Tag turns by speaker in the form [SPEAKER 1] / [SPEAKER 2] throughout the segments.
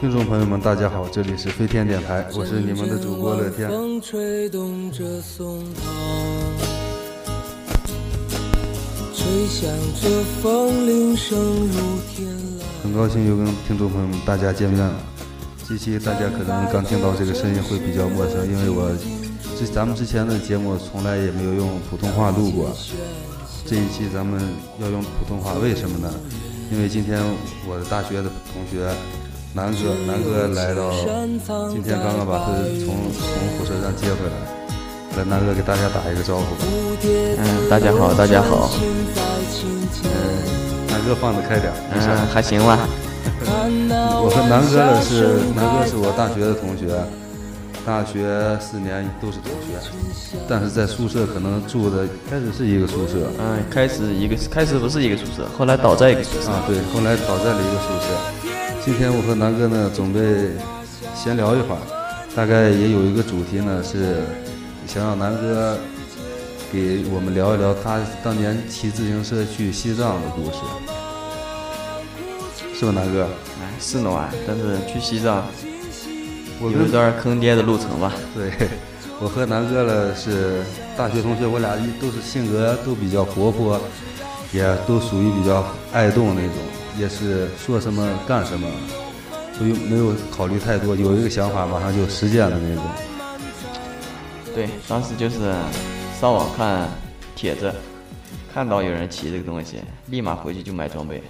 [SPEAKER 1] 听众朋友们，大家好，这里是飞天电台，我是你们的主播乐天。
[SPEAKER 2] 风吹动着松涛，吹响着风铃声如天籁。
[SPEAKER 1] 很高兴又跟听众朋友们大家见面了。这期大家可能刚听到这个声音会比较陌生，因为我这咱们之前的节目从来也没有用普通话录过。这一期咱们要用普通话，为什么呢？因为今天我的大学的同学南哥，南哥呃来到，今天刚刚把他从从火车站接回来，来，南哥给大家打一个招呼吧。
[SPEAKER 2] 嗯
[SPEAKER 3] 大家好大家好。
[SPEAKER 1] 南哥放得开点儿，没事儿。
[SPEAKER 3] 嗯，还行
[SPEAKER 1] 嗯
[SPEAKER 3] 吧。
[SPEAKER 1] 我和南哥呢是
[SPEAKER 2] 哦
[SPEAKER 1] 南哥是我大学的同学，大学四年都是同学，但是在宿舍可能住的开始是一个宿舍
[SPEAKER 3] 嗯，开始一个开始不是一个宿舍，后来倒在一个宿舍。
[SPEAKER 1] 啊，对，后来倒在了一个宿舍。今天我和南哥呢准备闲聊一会儿，大概也有一个主题呢是想让南哥给我们聊一聊他当年骑自行车去西藏的故事，是吧，南哥？
[SPEAKER 3] 哎，是弄啊，但是去西藏
[SPEAKER 1] 我
[SPEAKER 3] 有
[SPEAKER 1] 跟
[SPEAKER 3] 一段坑爹的路程吧。
[SPEAKER 1] 对，我和南哥呢是大学同学，我俩一都是性格都比较活泼，也都属于比较爱动那种，也是说什么干什么，不用没有考虑太多，有一个想法马上就实践的那种。
[SPEAKER 3] 对，当时就是上网看帖子，看到有人骑这个东西，立马回去就买装备。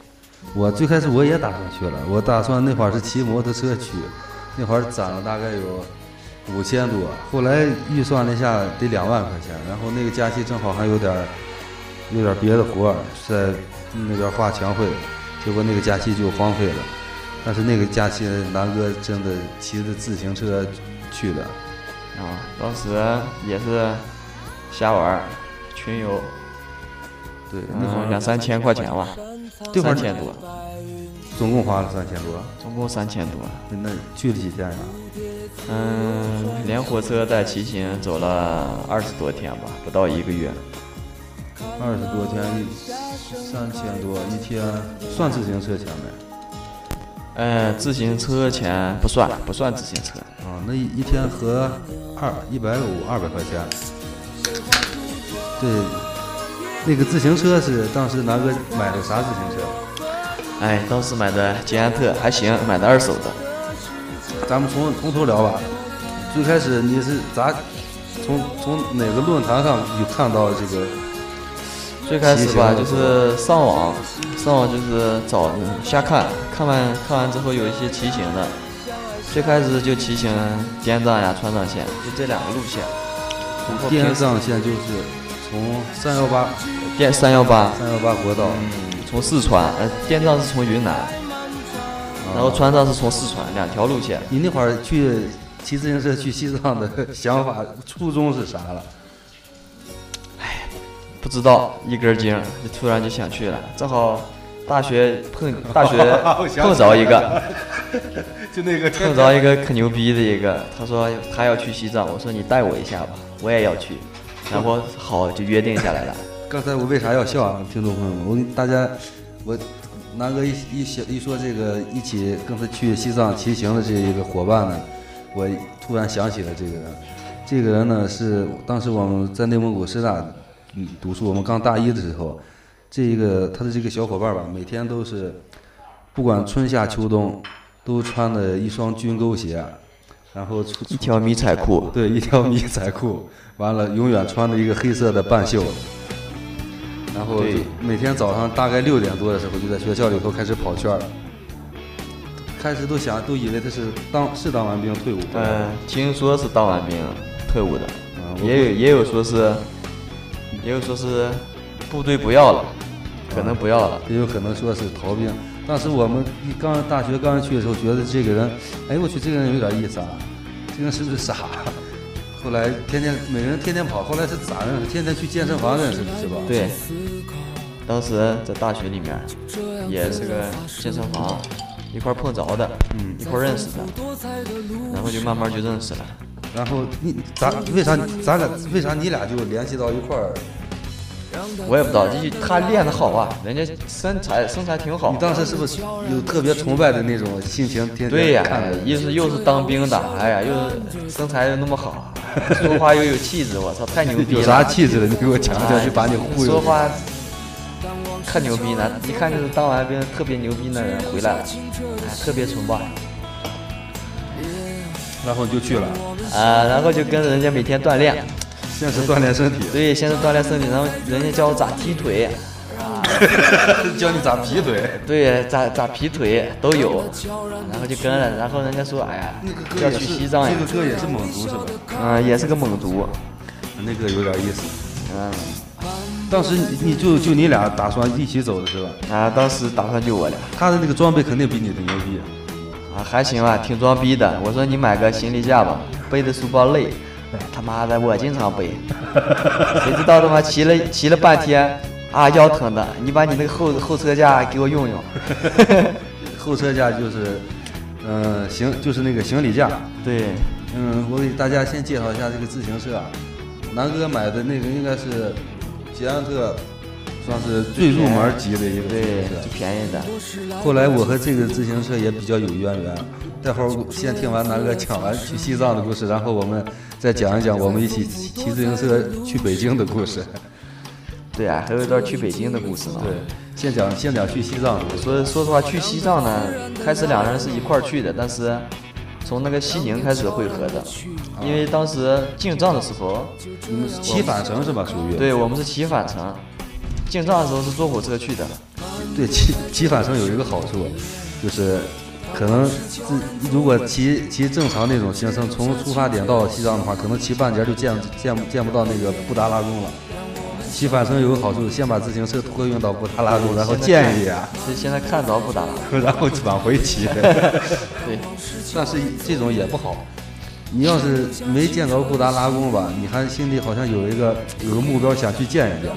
[SPEAKER 1] 我最开始我也打算去了，我打算那会儿是骑摩托车去，那会儿攒了大概有五千多，后来预算了一下得两万块钱，然后那个假期正好还有点儿有点儿别的活儿，在那边画墙绘，结果那个假期就荒废了。但是那个假期，南哥真的骑着自行车去的，
[SPEAKER 3] 然后当时也是瞎玩儿，群游，
[SPEAKER 1] 对，那会儿
[SPEAKER 3] 嗯，两三千块钱吧，
[SPEAKER 1] 这会儿
[SPEAKER 3] 三千多，
[SPEAKER 1] 总共花了三千多。
[SPEAKER 3] 总共三千多。
[SPEAKER 1] 那去了几天呀、
[SPEAKER 3] 嗯，连火车带骑行走了二十多天吧，不到一个月。
[SPEAKER 1] 二十多天，三千多一天，算自行车钱没？
[SPEAKER 3] 嗯，自行车钱不算，不算自行车。
[SPEAKER 1] 啊，那一一天合二一百五二百块钱。对，那个自行车是当时南哥买的啥自行车？
[SPEAKER 3] 哎，当时买的捷安特还行，买的二手的。
[SPEAKER 1] 咱们从从头聊吧。最开始你是咋从从哪个论坛上有看到这个？
[SPEAKER 3] 最开始
[SPEAKER 1] 骑行的
[SPEAKER 3] 吧，就是上网，上网就是找瞎看，看完看完之后有一些骑行的，最开始就骑行滇藏呀、川藏线，就这两个路线。然后
[SPEAKER 1] 滇
[SPEAKER 3] 平时
[SPEAKER 1] 藏线就是从三幺八
[SPEAKER 3] 滇三幺八，
[SPEAKER 1] 三幺八国道，
[SPEAKER 3] 嗯，从四川，呃，滇藏是从云南，然后川藏是从四川，两条路线。
[SPEAKER 1] 你那会儿去骑自行车去西藏的 想法初衷是啥了？
[SPEAKER 3] 不知道哦一根筋儿，就突然就想去了。正好大学 碰 大学碰着一个，
[SPEAKER 1] 就那个
[SPEAKER 3] 碰着一个可牛逼的一个，他说他要去西藏，我说你带我一下吧，我也要去。然后好就约定下 来了。
[SPEAKER 1] 刚才我为啥要笑啊，听众朋友们？我跟大家，我南哥一一想一说这个一起跟他去西藏骑行的这一个伙伴呢，我突然想起了这个人。这个人呢是当时我们在内蒙古师大嗯读书，我们刚大一的时候，这个他的这个小伙伴吧，每天都是不管春夏秋冬都穿的一双军沟鞋，然后出
[SPEAKER 3] 一条迷彩裤，
[SPEAKER 1] 对，一条迷彩裤，完了永远穿着一个黑色的半袖，然后就
[SPEAKER 3] 对
[SPEAKER 1] 每天早上大概六点多的时候就在学校里头开始跑圈儿，开始都想都以为他是当是当完兵退伍回来的
[SPEAKER 3] 嗯，听说是当完兵退伍的
[SPEAKER 1] 嗯，我
[SPEAKER 3] 也有也有说是，也有说是部队不要了，可能不要了。
[SPEAKER 1] 也有可能说是逃兵。当时我们一刚大学刚去的时候，觉得这个人，哎我去，这个人有点意思啊，这个人是不是傻？啊 后来天天每个人天天跑，后来是咋认识？天天去健身房认识的是吧？
[SPEAKER 3] 对，当时在大学里面也是个健身房，一块儿碰着的，嗯，一块儿认识的，然后就慢慢就认识了。
[SPEAKER 1] 然后你咱为啥咱俩为啥你俩就联系到一块儿
[SPEAKER 3] 我也不知道，就是他练的好啊，人家身材身材挺好
[SPEAKER 1] 你。当时是不是有特别崇拜的那种心情？天天
[SPEAKER 3] 对呀、
[SPEAKER 1] 看着你
[SPEAKER 3] 又是又是当兵的，哎呀，又是身材又那 么好，说话又有气质，我操，太牛逼了！
[SPEAKER 1] 有啥气质了？你给我讲讲，
[SPEAKER 3] 哎
[SPEAKER 1] 就把你忽悠
[SPEAKER 3] 说
[SPEAKER 1] 了。
[SPEAKER 3] 话特牛逼呢，一看就是当完兵特别牛逼的人回来了，哎，特别崇拜。
[SPEAKER 1] 然后就去了，
[SPEAKER 3] 啊，然后就跟着人家每天锻炼，
[SPEAKER 1] 先是锻炼身体，
[SPEAKER 3] 所以先是锻炼身体，然后人家教我咋踢腿，
[SPEAKER 1] 教你咋劈腿。
[SPEAKER 3] 对，咋咋劈腿都有，然后就跟了，然后人家说，哎呀
[SPEAKER 1] 那个，歌
[SPEAKER 3] 要
[SPEAKER 1] 也
[SPEAKER 3] 去
[SPEAKER 1] 是
[SPEAKER 3] 西藏呀
[SPEAKER 1] 这，个歌也是蒙族是吧？
[SPEAKER 3] 嗯，也是个蒙族，
[SPEAKER 1] 那个有点意思。
[SPEAKER 3] 嗯，
[SPEAKER 1] 当时你你就就你俩打算一起走的是吧？
[SPEAKER 3] 啊，当时打算就我俩，
[SPEAKER 1] 他的那个装备肯定比你的牛逼。
[SPEAKER 3] 啊，还行啊，挺装逼的，我说你买个行李架吧，背着书包累，哎他妈的我经常背，谁知道他妈骑了骑了半天，啊，腰疼的，你把你那个后后车架给我用用，
[SPEAKER 1] 后车架就是，呃，行，就是那个行李架。
[SPEAKER 3] 对，
[SPEAKER 1] 嗯，我给大家先介绍一下这个自行车啊，南哥买的那个应该是捷安特，算是最入门级的一个自
[SPEAKER 3] 对
[SPEAKER 1] 行，车
[SPEAKER 3] 就。便宜的。
[SPEAKER 1] 后来我和这个自行车也比较有渊源。待会儿我先听完南哥讲完去西藏的故事，然后我们再讲一讲我们一起骑骑自行车去北京的故事。
[SPEAKER 3] 对啊，还有一段去北京的故事呢。
[SPEAKER 1] 对，先讲先讲去西藏的故事。
[SPEAKER 3] 所以说实话，去西藏呢，开始两人是一块儿去的，但是从那个西宁开始会合的，因为当时进藏的时候，
[SPEAKER 1] 你们是嗯骑返程是吧？属于
[SPEAKER 3] 对我们是骑返程，进藏的时候是坐火车去的。
[SPEAKER 1] 对骑骑返程有一个好处，就是可能自如果骑骑正常那种行程，从出发点到西藏的话，可能骑半截就见见见不到那个布达拉宫了。骑返程有个好处，先把自行车托运到布达拉宫，然后见一眼，
[SPEAKER 3] 所以现在看着不打了。
[SPEAKER 1] 然后往回骑。
[SPEAKER 3] 对，
[SPEAKER 1] 但是这种也不好。你要是没见着布达拉宫吧，你还心里好像有一个有个目标想去见一见，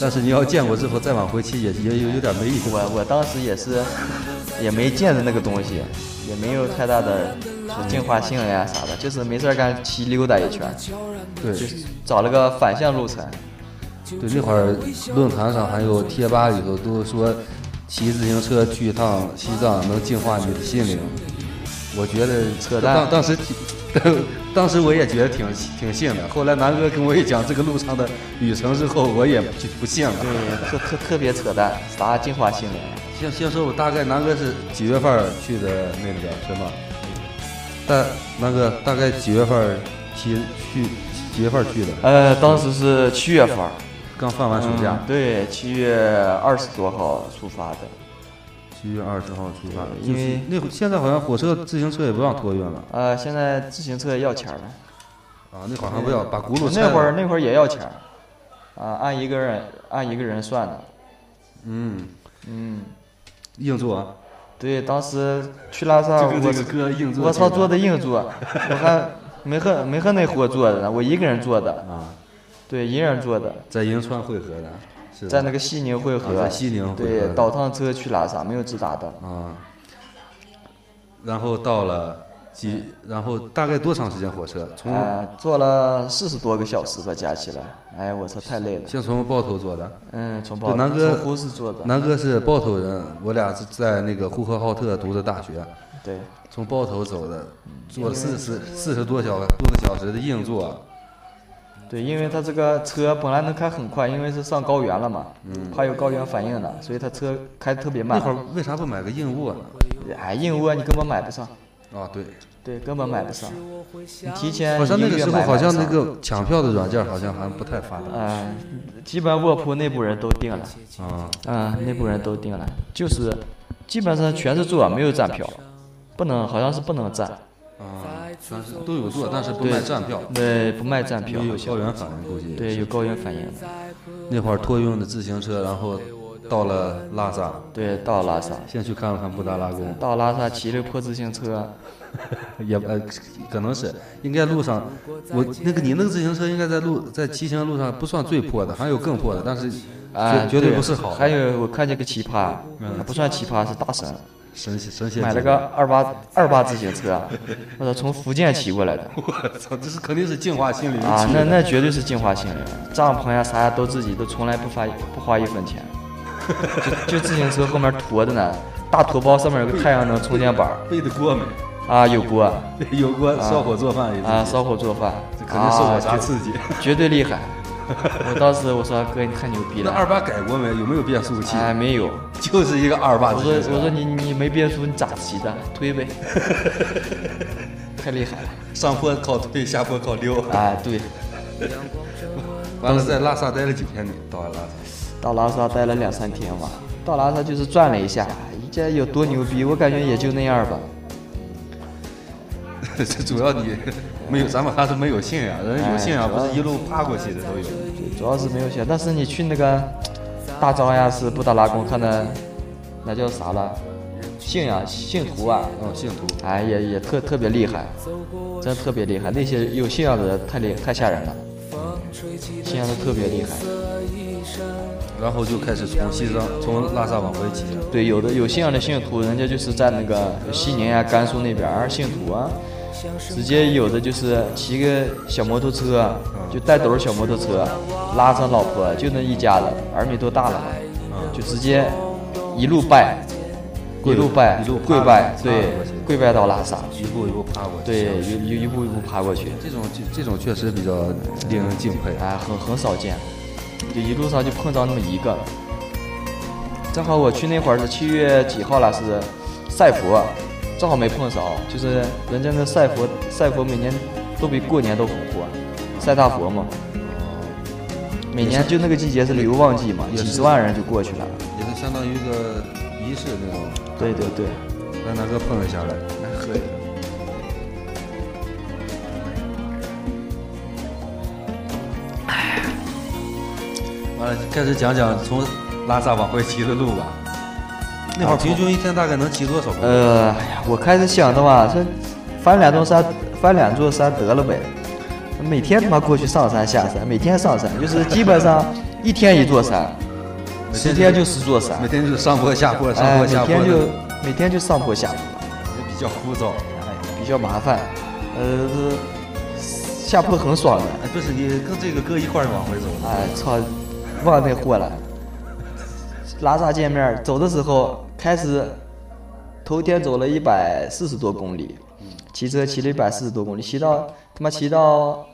[SPEAKER 1] 但是你要见过之后再往回骑也也有有点没意思。
[SPEAKER 3] 我我当时也是，也没见着那个东西，也没有太大的进化性呀啥的，就是没事儿干骑溜达一圈，
[SPEAKER 1] 对，
[SPEAKER 3] 就找了个反向路程。
[SPEAKER 1] 对，那会儿论坛上还有贴吧里头都说，骑自行车去一趟西藏能净化你的心灵。我觉得
[SPEAKER 3] 扯淡
[SPEAKER 1] 当当 时挺，当时我也觉得挺挺信的。后来南哥跟我一讲这个路上的旅程之后，我也就不信了。
[SPEAKER 3] 对，特特特别扯淡，啥进化性呀？
[SPEAKER 1] 先先说，我大概南哥是几月份儿去的那个什么？大南哥大概几月份儿骑去几月份儿去的？
[SPEAKER 3] 呃，当时是七月份儿，
[SPEAKER 1] 刚放完暑假，
[SPEAKER 3] 对，七月二十多号出发的。
[SPEAKER 1] 七月二十号出发，
[SPEAKER 3] 对
[SPEAKER 1] 就
[SPEAKER 3] 因
[SPEAKER 1] 是
[SPEAKER 3] 为
[SPEAKER 1] 那会现在好像火车、自行车也不让托运了
[SPEAKER 3] 呃，现在自行车要钱儿了，
[SPEAKER 1] 啊，那会儿还不要把轱辘拆了
[SPEAKER 3] 那会儿那会儿也要钱儿，啊，按一个人按一个人算的。
[SPEAKER 1] 嗯
[SPEAKER 3] 嗯，
[SPEAKER 1] 硬座啊，
[SPEAKER 3] 对，当时去拉萨，
[SPEAKER 1] 就跟这
[SPEAKER 3] 我
[SPEAKER 1] 个歌硬座
[SPEAKER 3] 我操，
[SPEAKER 1] 似
[SPEAKER 3] 坐的硬座，我还没和没和那货坐的呢，我一个人坐的，
[SPEAKER 1] 啊，
[SPEAKER 3] 对，一个人坐的，
[SPEAKER 1] 在银川汇合的，是的
[SPEAKER 3] 在那个西宁汇合，
[SPEAKER 1] 啊在西宁汇合
[SPEAKER 3] 对，倒趟车去拉萨，没有直达的。
[SPEAKER 1] 啊，然后到了几，然后大概多长时间火车？从
[SPEAKER 3] 哎，坐了四十多个小时吧，加起来。哎，我操，太累了。
[SPEAKER 1] 先从包头坐的，
[SPEAKER 3] 嗯，从
[SPEAKER 1] 对
[SPEAKER 3] 宝
[SPEAKER 1] 南哥
[SPEAKER 3] 从呼市坐的。
[SPEAKER 1] 南哥是包头人，我俩是在那个呼和浩特读的大学，
[SPEAKER 3] 对，
[SPEAKER 1] 从包头走的，坐四十四十多小多个小时的硬座。
[SPEAKER 3] 对，因为他这个车本来能开很快，因为是上高原了嘛，怕有高原反应的，所以他车开得特别
[SPEAKER 1] 嗯
[SPEAKER 3] 慢
[SPEAKER 1] 那会。儿为啥不买个硬卧呢？
[SPEAKER 3] 哎，硬卧你根本买不上，
[SPEAKER 1] 啊，对，
[SPEAKER 3] 对，根本买不上。你提前
[SPEAKER 1] 好像
[SPEAKER 3] 一
[SPEAKER 1] 那个
[SPEAKER 3] 月
[SPEAKER 1] 时候
[SPEAKER 3] 买
[SPEAKER 1] 好像
[SPEAKER 3] 买
[SPEAKER 1] 那
[SPEAKER 3] 不
[SPEAKER 1] 个抢票的软件好像还不太发
[SPEAKER 3] 上，哎，基本卧铺内部人都定了，
[SPEAKER 1] 达啊。
[SPEAKER 3] 啊，内部人都定了，就是基本上全是啊坐，没有站票，不能，好像是不能站，
[SPEAKER 1] 啊，但是都有座，但是不卖站票，
[SPEAKER 3] 对，不卖站票
[SPEAKER 1] 因为。有校园反应，估计。
[SPEAKER 3] 对，有高原反应的。
[SPEAKER 1] 那会儿托运的自行车，然后到了拉萨，
[SPEAKER 3] 对，到拉萨，
[SPEAKER 1] 先去看了看布达拉宫，
[SPEAKER 3] 到拉萨骑着破自行车，
[SPEAKER 1] 也呃，可能是应该路上，我那个你那个自行车应该在路在骑行的路上不算最破的，还有更破的，但是绝、
[SPEAKER 3] 啊，
[SPEAKER 1] 绝对不是好的。嗯
[SPEAKER 3] 嗯还有我看见个奇葩，还不算奇葩，是大神，
[SPEAKER 1] 神仙神仙
[SPEAKER 3] 买了
[SPEAKER 1] 级
[SPEAKER 3] 个
[SPEAKER 1] 的
[SPEAKER 3] 二八二八自行车，啊我操，从福建骑过 来的
[SPEAKER 1] 我操，这是肯定是净化心灵
[SPEAKER 3] 啊
[SPEAKER 1] 去，
[SPEAKER 3] 那
[SPEAKER 1] 的
[SPEAKER 3] 那绝对是净化心灵，帐篷呀啥呀都自己，都从来不花不花一分钱，就就自行车后面驮着呢，大驮包上面有个太阳能充电板儿
[SPEAKER 1] 背的锅没？
[SPEAKER 3] 啊，有锅
[SPEAKER 1] 有锅烧火做饭也自己
[SPEAKER 3] 啊，，烧火做饭，
[SPEAKER 1] 这肯定受
[SPEAKER 3] 啊
[SPEAKER 1] 过啥
[SPEAKER 3] 绝
[SPEAKER 1] 刺激？
[SPEAKER 3] 绝对厉害。我当时我说哥你太牛逼
[SPEAKER 1] 那
[SPEAKER 3] 了，
[SPEAKER 1] 二八改过没？有没有变速器？
[SPEAKER 3] 哎没有，
[SPEAKER 1] 就是一个二八
[SPEAKER 3] 我
[SPEAKER 1] 自
[SPEAKER 3] 说
[SPEAKER 1] 行车。
[SPEAKER 3] 我说你你没变速你咋骑的？推 呗，太厉害了
[SPEAKER 1] 上坡靠推，下坡靠溜。
[SPEAKER 3] 啊！对，
[SPEAKER 1] 完了，在拉萨待了几天呢？到了拉萨，
[SPEAKER 3] 到拉萨待了两三天吧，到拉萨就是转了一下，这有多牛逼？我感觉也就那样吧。
[SPEAKER 1] 这主要你没有，咱们还是没有信仰，人
[SPEAKER 3] 哎
[SPEAKER 1] 有信仰不是一路爬过去的都有。
[SPEAKER 3] 对，主要是没有钱，但是你去那个大昭呀，是布达拉宫看的，那叫啥了？信仰信徒啊，
[SPEAKER 1] 哦，信徒，
[SPEAKER 3] 哎，也也特特别厉害，真特别厉害。那些有信仰的人太厉太吓人了，信仰的特别厉害。
[SPEAKER 1] 然后就开始从西藏，从拉萨往回骑。
[SPEAKER 3] 对，有的有信仰的信徒，人家就是在那个西宁啊、甘肃那边儿信徒啊，直接有的就是骑个小摩托车，就带斗儿小摩托车，拉着老婆，就那一家子，儿女都大了嘛，
[SPEAKER 1] 嗯
[SPEAKER 3] 就直接一路拜，一路拜，
[SPEAKER 1] 一路
[SPEAKER 3] 跪
[SPEAKER 1] 爬
[SPEAKER 3] 拜，
[SPEAKER 1] 爬
[SPEAKER 3] 对
[SPEAKER 1] 过去，
[SPEAKER 3] 跪拜到拉萨，
[SPEAKER 1] 一步一步爬过去。
[SPEAKER 3] 对，一一步一步爬过去，
[SPEAKER 1] 这种这这种确实比较令人敬佩。
[SPEAKER 3] 哎，很很少见，就一路上就碰到那么一个。正好我去那会儿是七月几号了，是赛佛，正好没碰着，就是人家那赛佛，赛佛每年都比过年都红火，赛大佛嘛。每年就那个季节是旅游旺季嘛，
[SPEAKER 1] 哦也是
[SPEAKER 3] 几十万人就过去了。
[SPEAKER 1] 也是相当于一个仪式那种。
[SPEAKER 3] 对对对，
[SPEAKER 1] 让南哥碰一下来，来喝一个。完了，开始讲讲从拉萨往回骑的路吧。那会儿平均一天大概能骑多少公里？
[SPEAKER 3] 呃，哎呀我开始想的嘛，这翻两座山，翻两座山得了呗。每天他妈过去上山下山，每天上山，就是基本上一天一座山，
[SPEAKER 1] 每
[SPEAKER 3] 十
[SPEAKER 1] 天
[SPEAKER 3] 天就十座山
[SPEAKER 1] 每，天就是上坡下坡，上
[SPEAKER 3] 哎，
[SPEAKER 1] 坡
[SPEAKER 3] 每
[SPEAKER 1] 下坡的，
[SPEAKER 3] 天就每天就上坡下坡，
[SPEAKER 1] 也比较枯燥。
[SPEAKER 3] 哎，比较麻烦。呃，下坡很爽的，
[SPEAKER 1] 哎，不是你跟这个哥一块儿往回走的，
[SPEAKER 3] 哎，操，忘那货了。拉萨见面走的时候，开始头天走了一百四十多公里，骑车骑了一百四十多公里，骑到他妈骑到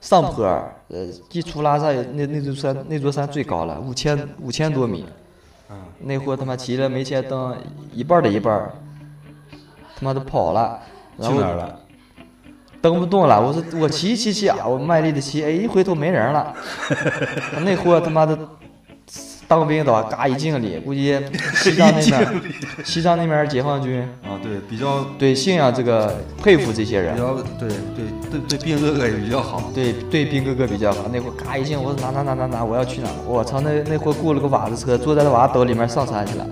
[SPEAKER 3] 上坡儿，呃，一出拉萨有那那座山那座山最高了，五千五千多米。
[SPEAKER 1] 嗯
[SPEAKER 3] 那货他妈骑了没钱当一半儿的一半儿，他妈都跑了，然
[SPEAKER 1] 去
[SPEAKER 3] 后
[SPEAKER 1] 哪儿了？
[SPEAKER 3] 蹬不动了，我说我骑骑骑啊，我卖力的骑，哎，一回头没人了，那货他妈的当兵的嘎一敬礼，估计西藏那边西藏那边解放军
[SPEAKER 1] 啊，对，比较
[SPEAKER 3] 对信仰这个佩服这些人
[SPEAKER 1] 比，较对对对对，兵哥哥也比较好。
[SPEAKER 3] 对对兵哥哥比较好。那货嘎一敬，我说哪哪哪哪哪，我要去哪？我操，那那货雇了个娃子车，坐在那娃兜里面上山去了。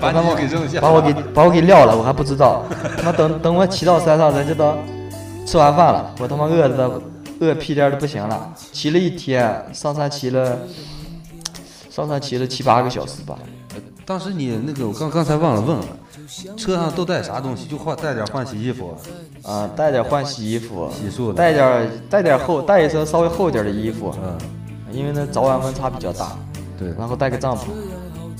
[SPEAKER 1] 把
[SPEAKER 3] 他
[SPEAKER 1] 你
[SPEAKER 3] 们
[SPEAKER 1] 给扔下，
[SPEAKER 3] 把我给把我给撂了，我还不知道。他妈等等我骑到山上，人家都吃完饭了，我他妈饿的饿屁颠儿的不行了，骑了一天，上山骑了上山骑了七八个小时吧。
[SPEAKER 1] 当时你那个，我刚刚才忘了问了，车上都带啥东西？就换带点换洗衣服，
[SPEAKER 3] 啊、带点换洗衣服，
[SPEAKER 1] 洗漱的
[SPEAKER 3] 带点带点厚，带一身稍微厚点的衣服，
[SPEAKER 1] 嗯，
[SPEAKER 3] 因为那早晚温差比较大。
[SPEAKER 1] 对
[SPEAKER 3] 然后带个帐篷，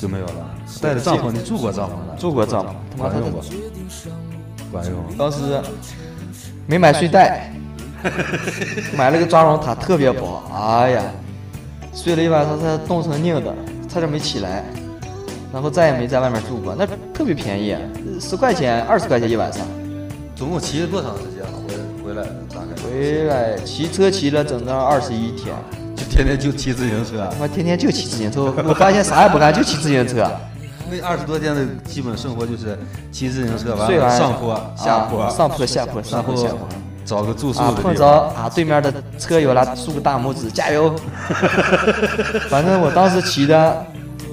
[SPEAKER 1] 就没有了。带着帐篷，你住过帐篷的？
[SPEAKER 3] 住过帐篷，他妈
[SPEAKER 1] 管
[SPEAKER 3] 他
[SPEAKER 1] 用
[SPEAKER 3] 的
[SPEAKER 1] 不？管用。
[SPEAKER 3] 当时没买 睡袋，买了个抓绒毯，特别薄。哎呀，睡了一晚上，它冻成硬的，差点没起来。然后再也没在外面住过，那特别便宜，啊十块钱、二十块钱一晚上。
[SPEAKER 1] 总共骑了多长时间？回回来大概
[SPEAKER 3] 回来骑车骑了整整二十一天，
[SPEAKER 1] 就天天就骑自行车啊
[SPEAKER 3] 他。妈天天就骑自行车，我发现啥也不干，就骑自行车。啊
[SPEAKER 1] 那二十多天的基本生活就是骑自行车，完
[SPEAKER 3] 睡
[SPEAKER 1] 了
[SPEAKER 3] 完
[SPEAKER 1] 上坡
[SPEAKER 3] 啊
[SPEAKER 1] 下坡，
[SPEAKER 3] 上坡下坡上
[SPEAKER 1] 然
[SPEAKER 3] 坡
[SPEAKER 1] 后
[SPEAKER 3] 下坡。
[SPEAKER 1] 找个住宿
[SPEAKER 3] 啊，
[SPEAKER 1] 的
[SPEAKER 3] 碰
[SPEAKER 1] 地
[SPEAKER 3] 着
[SPEAKER 1] 方。
[SPEAKER 3] 啊对面的车友了，竖个大拇指，加油！ 反正我当时骑的，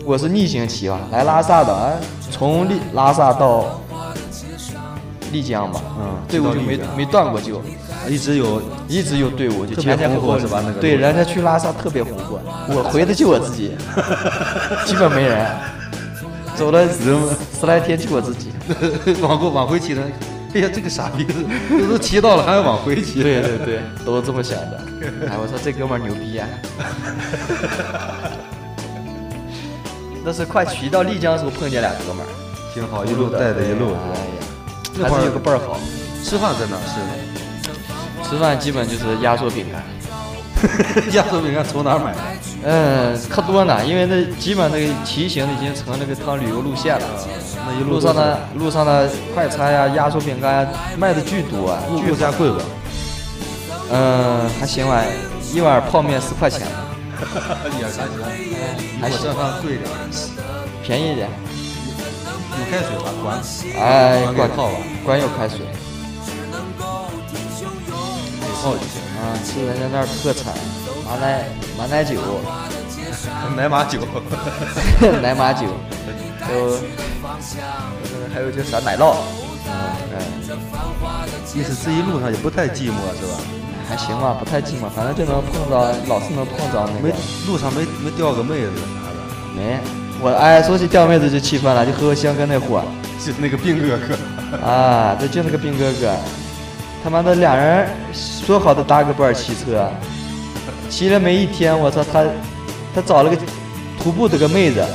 [SPEAKER 3] 我是逆行骑吧，来拉萨的，啊从丽拉萨到丽江吧，
[SPEAKER 1] 嗯
[SPEAKER 3] 队伍
[SPEAKER 1] 到
[SPEAKER 3] 就
[SPEAKER 1] 丽
[SPEAKER 3] 没
[SPEAKER 1] 江
[SPEAKER 3] 没断过就。
[SPEAKER 1] 一直有
[SPEAKER 3] 一直有队伍，就
[SPEAKER 1] 特别
[SPEAKER 3] 前前后
[SPEAKER 1] 红
[SPEAKER 3] 后
[SPEAKER 1] 火是吧那个
[SPEAKER 3] 对，
[SPEAKER 1] 路
[SPEAKER 3] 人家去 拉萨特别红火，我回的就我自己，基本没人。走了十十来天就我自己。
[SPEAKER 1] 往过往回骑呢，哎呀，这个傻逼 都都骑到了，还要往回骑。
[SPEAKER 3] 对对对，都这么想的。哎，我说这哥们儿牛逼啊 呀、但是快骑到丽江的时候碰见俩哥们儿，
[SPEAKER 1] 挺好，一路带着一路。
[SPEAKER 3] 哎
[SPEAKER 1] 那
[SPEAKER 3] 呀，
[SPEAKER 1] 会
[SPEAKER 3] 还
[SPEAKER 1] 儿
[SPEAKER 3] 是有个伴儿好。
[SPEAKER 1] 吃饭在哪儿
[SPEAKER 3] 吃饭基本就是压缩饼干，
[SPEAKER 1] 吃？ 压缩饼干从哪儿买？
[SPEAKER 3] 嗯，可多呢，因为那基本那个骑行已经成那个趟旅游路线了。
[SPEAKER 1] 那一
[SPEAKER 3] 路
[SPEAKER 1] 路
[SPEAKER 3] 上的路上的快餐呀、压缩饼干呀，卖的巨多啊，
[SPEAKER 1] 物
[SPEAKER 3] 巨
[SPEAKER 1] 物价贵吧？
[SPEAKER 3] 嗯，还行吧，一碗泡面十块钱吧，
[SPEAKER 1] 也还行，
[SPEAKER 3] 还
[SPEAKER 1] 还
[SPEAKER 3] 行
[SPEAKER 1] 行，饭贵点。
[SPEAKER 3] 便宜一点。
[SPEAKER 1] 有开水吧？管。
[SPEAKER 3] 哎，
[SPEAKER 1] 管
[SPEAKER 3] 管
[SPEAKER 1] 靠吧，
[SPEAKER 3] 管有开水
[SPEAKER 1] 给泡一下。
[SPEAKER 3] 啊，吃人家那儿特产马奶马奶酒、
[SPEAKER 1] 奶马 酒，
[SPEAKER 3] 奶马酒，还有呃还有就是啥奶酪，嗯，
[SPEAKER 1] 意思这一路上也不太寂寞是吧？
[SPEAKER 3] 还行吧，不太寂寞，反正就能碰到，老是能碰着那
[SPEAKER 1] 没
[SPEAKER 3] 个
[SPEAKER 1] 路上没没掉个 妹子啥的，
[SPEAKER 3] 没。我哎，说起钓妹子就气愤了，就和香根那货。
[SPEAKER 1] 是那个兵哥哥。
[SPEAKER 3] 啊，对，就那个兵哥哥，他妈的俩人说好的搭个伴儿骑车，骑了没一天，我操他，他找了个徒步的个妹
[SPEAKER 1] 啊
[SPEAKER 3] 子，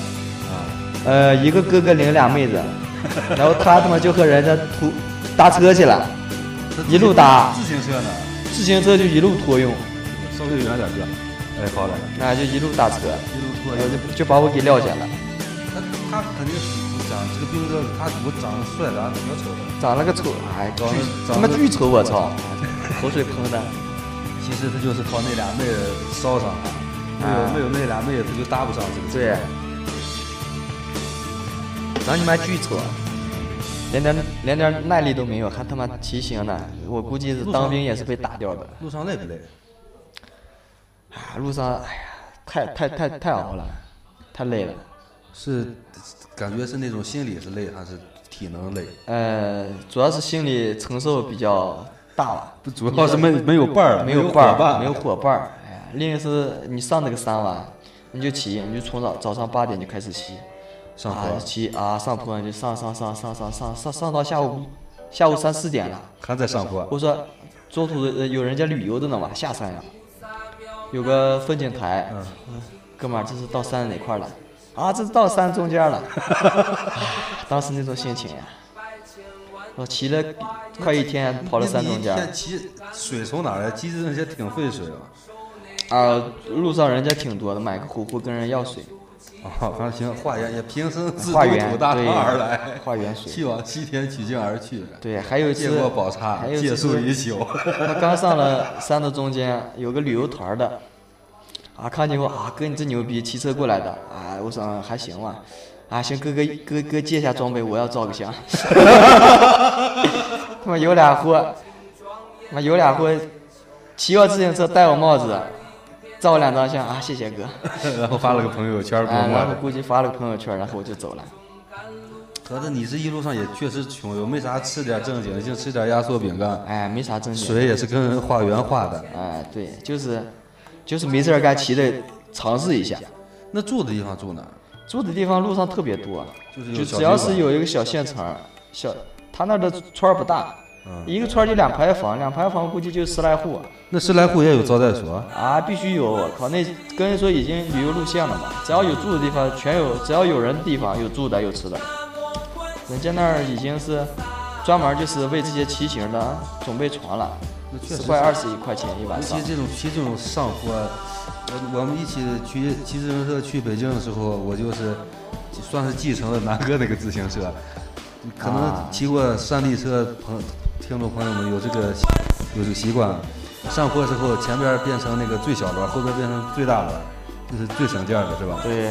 [SPEAKER 3] 呃，一个哥哥领俩妹子， 然后他他妈就和人家徒搭车去了，一路搭
[SPEAKER 1] 自行车呢，
[SPEAKER 3] 自行车就一路拖用，
[SPEAKER 1] 稍微远点哥。哎，好嘞，
[SPEAKER 3] 啊，就一路搭车，
[SPEAKER 1] 一路拖
[SPEAKER 3] 然
[SPEAKER 1] 一
[SPEAKER 3] 后
[SPEAKER 1] 路。
[SPEAKER 3] 就就把我给撂下了，
[SPEAKER 1] 他他肯定是我长这个兵哥，他我长得帅的，比较丑的。
[SPEAKER 3] 长了个丑，哎，
[SPEAKER 1] 长得
[SPEAKER 3] 巨
[SPEAKER 1] 长
[SPEAKER 3] 他
[SPEAKER 1] 得哎
[SPEAKER 3] 妈巨丑，我操，口水喷的，
[SPEAKER 1] 其实他就是靠那俩妹子烧上了，没有、
[SPEAKER 3] 啊
[SPEAKER 1] 没有那俩妹子他就搭不上这个车。
[SPEAKER 3] 对，长你妈巨丑，连点连点耐力都没有，还他妈骑行呢！我估计是当兵也是被打掉的。
[SPEAKER 1] 路上累不累？
[SPEAKER 3] 啊，路上哎呀，太太太太熬了，太累了。
[SPEAKER 1] 是感觉是那种心理是累还是体能累？嗯
[SPEAKER 3] 呃，主要是心理承受比较大了，
[SPEAKER 1] 不主要是没没有伴儿了，
[SPEAKER 3] 没
[SPEAKER 1] 有
[SPEAKER 3] 伴
[SPEAKER 1] 伙
[SPEAKER 3] 儿，
[SPEAKER 1] 伴，
[SPEAKER 3] 没有伙伴儿。哎呀，另一个是你上这个山吧，你就骑，你就从早早上八点就开始骑，
[SPEAKER 1] 上
[SPEAKER 3] 啊
[SPEAKER 1] 坡
[SPEAKER 3] 骑啊上坡，你就上上上上上上上上到下午下午三四点了。
[SPEAKER 1] 还在上坡。
[SPEAKER 3] 我说，中途呃有人家旅游的呢嘛，下山呀，有个风景台，
[SPEAKER 1] 嗯
[SPEAKER 3] 哥们儿，这是到山哪块儿了？啊，这是到山中间了。 唉当时那种心情呀，我骑了快一天，跑了山中间
[SPEAKER 1] 那你一天骑水从哪儿来？骑自行车挺费水啊。
[SPEAKER 3] 啊，路上人家挺多的，买个火锅跟人要水，
[SPEAKER 1] 啊，反正行，化缘也平生自
[SPEAKER 3] 化
[SPEAKER 1] 度
[SPEAKER 3] 缘
[SPEAKER 1] 土大唐
[SPEAKER 3] 对
[SPEAKER 1] 而来，
[SPEAKER 3] 化 缘水
[SPEAKER 1] 去往西天取经而去。
[SPEAKER 3] 对，还有一次
[SPEAKER 1] 借过宝茶
[SPEAKER 3] 还，有一
[SPEAKER 1] 借
[SPEAKER 3] 次
[SPEAKER 1] 宿
[SPEAKER 3] 是
[SPEAKER 1] 已 宿。
[SPEAKER 3] 他刚上了山的中间，有个旅游团儿的，啊，看见我啊，哥你真牛逼，骑车过来的，啊，我说嗯还行吧，啊，行哥哥哥哥借一下装备，我要照个相。 他妈有俩货，他妈有俩货，骑我自行车戴我帽子，照我两张相啊，谢谢哥，
[SPEAKER 1] 然后发了个朋友圈，默
[SPEAKER 3] 啊，
[SPEAKER 1] 默
[SPEAKER 3] 然后
[SPEAKER 1] 的。
[SPEAKER 3] 估计发了个朋友圈，然后我就走了。
[SPEAKER 1] 合着你这一路上也确实穷游，没啥吃点正经，就吃点压缩饼干，
[SPEAKER 3] 哎，没啥正经。
[SPEAKER 1] 水也是跟人化缘化的。
[SPEAKER 3] 哎，对，就是，就是没事儿干骑的尝试一下。
[SPEAKER 1] 那住的地方住哪儿？
[SPEAKER 3] 住的地方路上特别多，
[SPEAKER 1] 就是有
[SPEAKER 3] 就
[SPEAKER 1] 小
[SPEAKER 3] 只要
[SPEAKER 1] 旅馆
[SPEAKER 3] 是有一个小县城儿，小他那儿的村儿不大，
[SPEAKER 1] 嗯
[SPEAKER 3] 一个村儿就两排房，两排房估计就十来户
[SPEAKER 1] 那十来户也有招待所，
[SPEAKER 3] 啊，必须有。我靠，那跟人说已经旅游路线了嘛，只要有住的地方全有，只要有人的地方有住的有吃的。人家那儿已经是专门就是为这些骑行的准备床了，
[SPEAKER 1] 确实
[SPEAKER 3] 四块二十一块钱一晚
[SPEAKER 1] 尤
[SPEAKER 3] 上
[SPEAKER 1] 其。这种骑这种上坡，我我们一起骑骑自行车去北京的时候，我就是算是继承了南哥那个自行车，可
[SPEAKER 3] 啊
[SPEAKER 1] 能骑过山地车朋听众朋友们有这个习有这个习惯，上坡之后前边变成那个最小轮，后边变成最大轮，这是最省劲儿的是吧？
[SPEAKER 3] 对，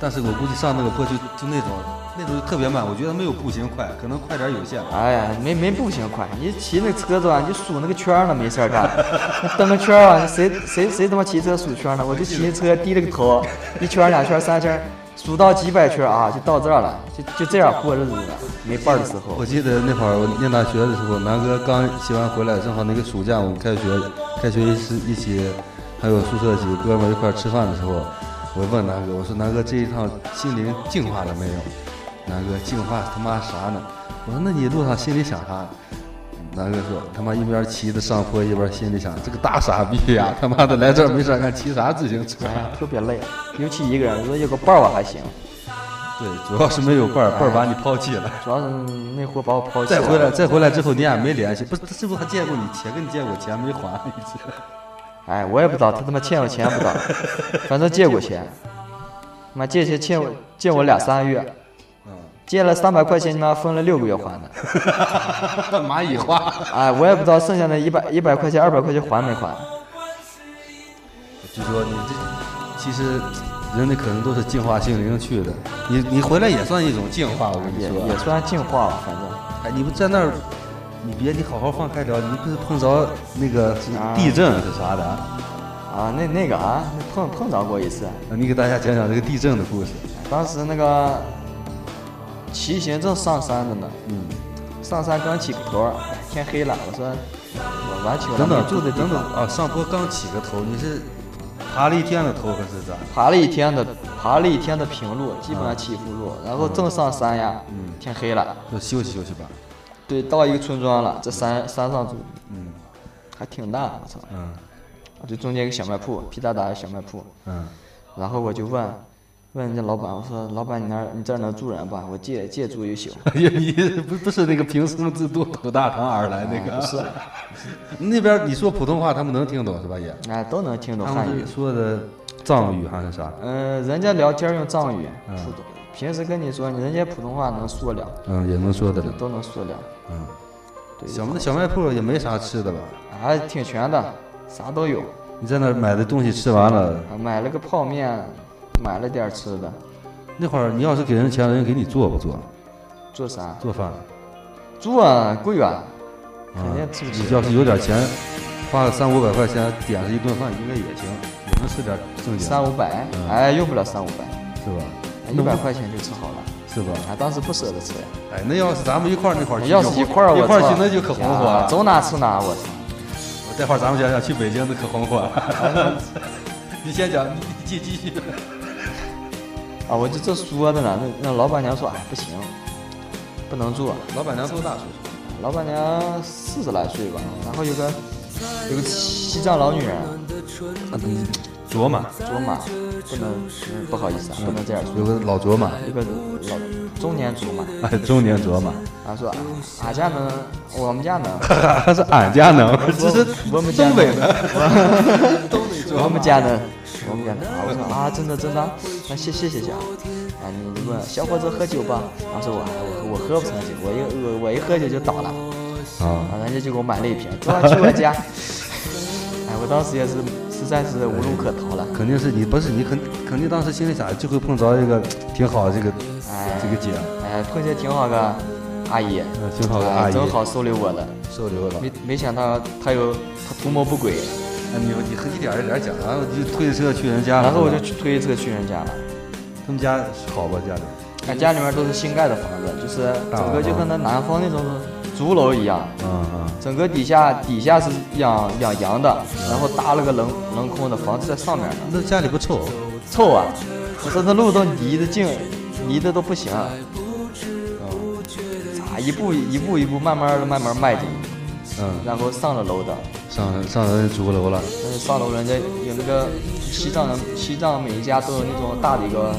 [SPEAKER 1] 但是我估计上那个坡就就那种那种就特别慢，我觉得没有步行快，可能快点有限吧。
[SPEAKER 3] 哎呀，没没步行快，你骑那车子啊，你就数那个圈儿呢，没事 儿干，蹬个圈儿啊，谁谁谁他妈骑车数圈儿呢？我就骑车低了个头，一圈儿两圈儿三圈儿，数到几百圈儿啊，就到这儿了，就就这样过日子了，没伴儿的时候。
[SPEAKER 1] 我记得那会儿我念大学的时候，南哥刚写完回来，正好那个暑假我们开学，开学是一起，还有宿舍几个哥们儿一块儿吃饭的时候，我问南哥，我说南哥这一趟心灵净化了没有？南哥净化他妈啥呢？我说那你路上心里想啥？南哥说他妈一边骑着上坡一边心里想这个大傻逼呀、他妈的来这儿没事儿干骑啥自行车
[SPEAKER 3] 哎？呀，特别累，尤其一个人，如果有个伴儿我还行，
[SPEAKER 1] 对，主要是没有伴儿，伴儿把你抛弃了。
[SPEAKER 3] 主要是那货把我抛弃
[SPEAKER 1] 再
[SPEAKER 3] 了。
[SPEAKER 1] 回来，再回来之后你俩没联系，不是他是不是还见过你钱跟你借过钱没还？一直
[SPEAKER 3] 哎，我也不知道他他妈欠我钱不知道，反正借过钱，妈借钱欠我借我俩三个月，
[SPEAKER 1] 嗯
[SPEAKER 3] 借了三百块钱，妈分了六个月还的。
[SPEAKER 1] 蚂蚁花，
[SPEAKER 3] 哎，我也不知道剩下的一百一百块钱、二百块钱还没还。
[SPEAKER 1] 就说你这其实人类可能都是净化心灵去的，你你回来也算一种净化，我跟你
[SPEAKER 3] 也
[SPEAKER 1] 说。啊
[SPEAKER 3] 也算进化吧，反正
[SPEAKER 1] 哎，你不在那儿，你别你好好放开聊，你不是碰着那个地震是啥的啊？
[SPEAKER 3] 啊，那那个啊，那碰碰着过一次，
[SPEAKER 1] 你给大家讲讲这个地震的故事。
[SPEAKER 3] 当时那个骑行正上山着呢，
[SPEAKER 1] 嗯，
[SPEAKER 3] 上山刚起个头，哎天黑了，我说我玩球了，
[SPEAKER 1] 等等
[SPEAKER 3] 没住的地
[SPEAKER 1] 等等
[SPEAKER 3] 方，
[SPEAKER 1] 啊，上坡刚起个头，你是爬了一天的头还是咋？
[SPEAKER 3] 爬了一天的爬了一天的平路，基本上起伏路，然后正上山呀，天黑了，
[SPEAKER 1] 就休息休息吧。
[SPEAKER 3] 对，到一个村庄了，这山山上住，
[SPEAKER 1] 嗯
[SPEAKER 3] 还挺大，我操，
[SPEAKER 1] 嗯
[SPEAKER 3] 就中间一个小卖铺，屁大大的小卖铺，
[SPEAKER 1] 嗯
[SPEAKER 3] 然后我就问，问人家老板，我说老板你那儿你这儿能住人吧？我借借住一宿。
[SPEAKER 1] 也你不不是那个平生自渡口大唐而来那
[SPEAKER 3] 啊
[SPEAKER 1] 个，是 那边你说普通话他们能听懂是吧？也，
[SPEAKER 3] 哎，都能听懂
[SPEAKER 1] 他
[SPEAKER 3] 汉
[SPEAKER 1] 们
[SPEAKER 3] 语
[SPEAKER 1] 是。说的藏语还是啥？
[SPEAKER 3] 嗯、人家聊天用藏语，普通。平时跟你说，人家普通话能说了，
[SPEAKER 1] 嗯，也能说得
[SPEAKER 3] 就
[SPEAKER 1] 了。
[SPEAKER 3] 都能说了，
[SPEAKER 1] 嗯，小那小卖铺也没啥吃的吧？
[SPEAKER 3] 还挺全的，啥都有。
[SPEAKER 1] 你在那儿买的东西吃完了，
[SPEAKER 3] 啊买了个泡面，买了点吃的，
[SPEAKER 1] 那会儿你要是给人钱，人家给你做不做？啊
[SPEAKER 3] 做啥？
[SPEAKER 1] 做饭？
[SPEAKER 3] 住啊，贵啊，肯定吃不
[SPEAKER 1] 啊你
[SPEAKER 3] 起。
[SPEAKER 1] 要是有点钱，花个三五百块钱点上一顿饭，应该也行，也能吃点正经
[SPEAKER 3] 三
[SPEAKER 1] 的，
[SPEAKER 3] 五百，哎，用不了三五百，哎
[SPEAKER 1] 是吧？
[SPEAKER 3] 一百块钱就吃好了。
[SPEAKER 1] 是吧？
[SPEAKER 3] 啊，当时不舍得吃呀。
[SPEAKER 1] 哎，那要是咱们一块儿那会儿去，
[SPEAKER 3] 要是一块儿，
[SPEAKER 1] 一
[SPEAKER 3] 我
[SPEAKER 1] 块儿
[SPEAKER 3] 操
[SPEAKER 1] 去，那就可红火
[SPEAKER 3] 呀
[SPEAKER 1] 了。
[SPEAKER 3] 走哪吃哪，我操。
[SPEAKER 1] 待会儿咱们想想去北京那可红火 了。你先讲，你你继继续。
[SPEAKER 3] 啊，我就这说的呢，那那老板娘说，哎，不行，不能住。
[SPEAKER 1] 老板娘多大岁数？
[SPEAKER 3] 老板娘四十来岁吧，然后有个有个西藏老女人，
[SPEAKER 1] 卓玛，
[SPEAKER 3] 卓玛，不能，嗯不好意思啊，不能这样说，
[SPEAKER 1] 有个老卓玛，
[SPEAKER 3] 一个老中年卓玛，
[SPEAKER 1] 哎，中年卓玛，
[SPEAKER 3] 她说，俺、家能，我们家能，
[SPEAKER 1] 还 是俺家能，这是
[SPEAKER 3] 我们家
[SPEAKER 1] 东
[SPEAKER 3] 能
[SPEAKER 1] 北的，
[SPEAKER 3] 我们家呢，我们家呢，啊我说啊，真的真的，那谢谢谢谢啊，啊你问小伙子喝酒吧，然后说我哎我喝我喝不成酒，我一我我一喝酒就倒了，
[SPEAKER 1] 啊，
[SPEAKER 3] 啊人家就给我买 了一瓶，昨晚去我家， 哎我当时也是实在是无路可逃了，
[SPEAKER 1] 肯定是你，不是你肯肯定当时心里想，就会碰着一个挺好的这个
[SPEAKER 3] 哎
[SPEAKER 1] 这个姐，
[SPEAKER 3] 哎碰见挺好个阿姨，
[SPEAKER 1] 嗯挺好的
[SPEAKER 3] 哎
[SPEAKER 1] 阿姨嗯
[SPEAKER 3] 正好收留我了，
[SPEAKER 1] 收留了。
[SPEAKER 3] 没没想到她有她图谋不轨，
[SPEAKER 1] 哎你你和一点儿一点儿讲，然后你就推着车去人家，
[SPEAKER 3] 然后我就去推车去人家了。
[SPEAKER 1] 他们家好吧家里，
[SPEAKER 3] 俺家里面都是新盖的房子，就是
[SPEAKER 1] 啊
[SPEAKER 3] 整个就和那南方那种竹楼一样，
[SPEAKER 1] 嗯嗯，
[SPEAKER 3] 整个底下底下是养养羊的，然后搭了个棱棱空的房子在上面呢，
[SPEAKER 1] 那家里不臭，
[SPEAKER 3] 臭啊！我说那路都泥的净，泥的都不行，啊
[SPEAKER 1] 嗯
[SPEAKER 3] 咋啊一步一步一步慢慢的慢慢迈进，
[SPEAKER 1] 嗯，
[SPEAKER 3] 然后上了楼的，
[SPEAKER 1] 上上人竹楼了，
[SPEAKER 3] 但是上楼人家有那个西藏人，西藏每一家都有那种大的一个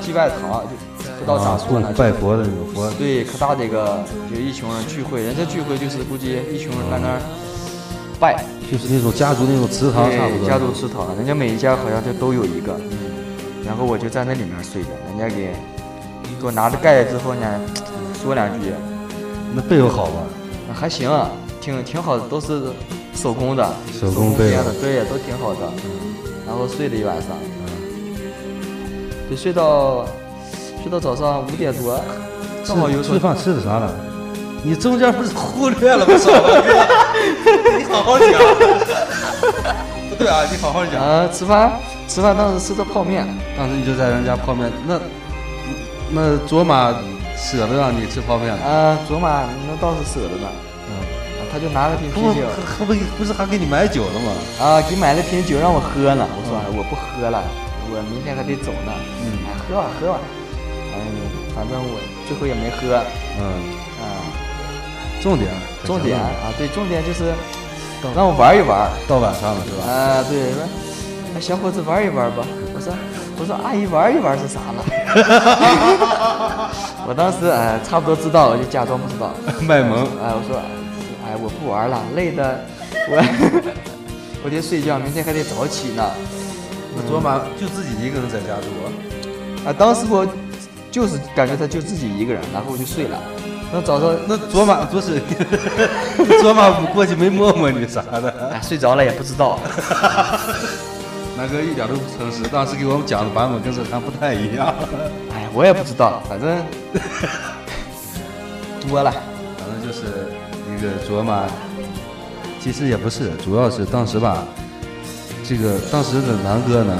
[SPEAKER 3] 祭拜堂，就不知道咋
[SPEAKER 1] 啊，
[SPEAKER 3] 说
[SPEAKER 1] 供
[SPEAKER 3] 呢，
[SPEAKER 1] 拜佛的那个佛，
[SPEAKER 3] 对，可大的一个，就一群人聚会，人家聚会就是估计一群人在那儿拜，
[SPEAKER 1] 就是那种家族那种祠堂差不
[SPEAKER 3] 对，
[SPEAKER 1] 多，
[SPEAKER 3] 哎家族祠堂，人家每一家好像就都有一个，然后我就在那里面睡着，人家给给我拿着盖之后呢，说两句，
[SPEAKER 1] 那被褥好吧？
[SPEAKER 3] 啊还行、挺挺好的，都是手工的，
[SPEAKER 1] 手工啊被
[SPEAKER 3] 编
[SPEAKER 1] 褥
[SPEAKER 3] 的，对，啊都挺好的，然后睡了一晚上，
[SPEAKER 1] 嗯
[SPEAKER 3] 就睡到睡到早上五点多，正好有
[SPEAKER 1] 吃
[SPEAKER 3] 所
[SPEAKER 1] 饭吃的啥了？你中间不是忽略 了吗？少文哥你好好讲。不对啊，你好好讲。
[SPEAKER 3] 啊，吃饭，吃饭当时吃的泡面，
[SPEAKER 1] 当时你就在人家泡面，那那卓玛舍得让你吃泡面了，
[SPEAKER 3] 啊，卓玛那倒是舍得呢，
[SPEAKER 1] 嗯，
[SPEAKER 3] 啊他就拿了瓶
[SPEAKER 1] 他
[SPEAKER 3] 啤
[SPEAKER 1] 们
[SPEAKER 3] 酒，
[SPEAKER 1] 他们不是还给你买酒了吗？嗯
[SPEAKER 3] 啊，给买了瓶酒让我喝呢，我说哎我不喝了，我明天还得走呢。嗯，哎，喝吧喝吧，哎，反正我最后也没喝。
[SPEAKER 1] 嗯，
[SPEAKER 3] 啊，
[SPEAKER 1] 重点，
[SPEAKER 3] 重点啊，对，重点就是让我玩一玩。
[SPEAKER 1] 到晚上了是吧？
[SPEAKER 3] 啊，对，说哎小伙子玩一玩吧。我说我说阿姨玩一玩是啥呢？我当时哎差不多知道，我就假装不知道。
[SPEAKER 1] 卖萌，
[SPEAKER 3] 哎，我说哎我不玩了，累的我我 得睡觉，明天还得早起呢。
[SPEAKER 1] 昨晚就自己一个人在家住啊，
[SPEAKER 3] 啊，当时我就是感觉他就自己一个人，然后我就睡了。那早上
[SPEAKER 1] 那昨晚不是， 昨晚不过去没摸摸你啥的。
[SPEAKER 3] 哎睡着了也不知道。
[SPEAKER 1] 南哥一点都不诚实，当时给我们讲的版本跟这还不太一样。
[SPEAKER 3] 哎，我也不知道，反正 多了。
[SPEAKER 1] 反正就是那个卓玛，其实也不是，主要是当时吧，这个当时的南哥呢，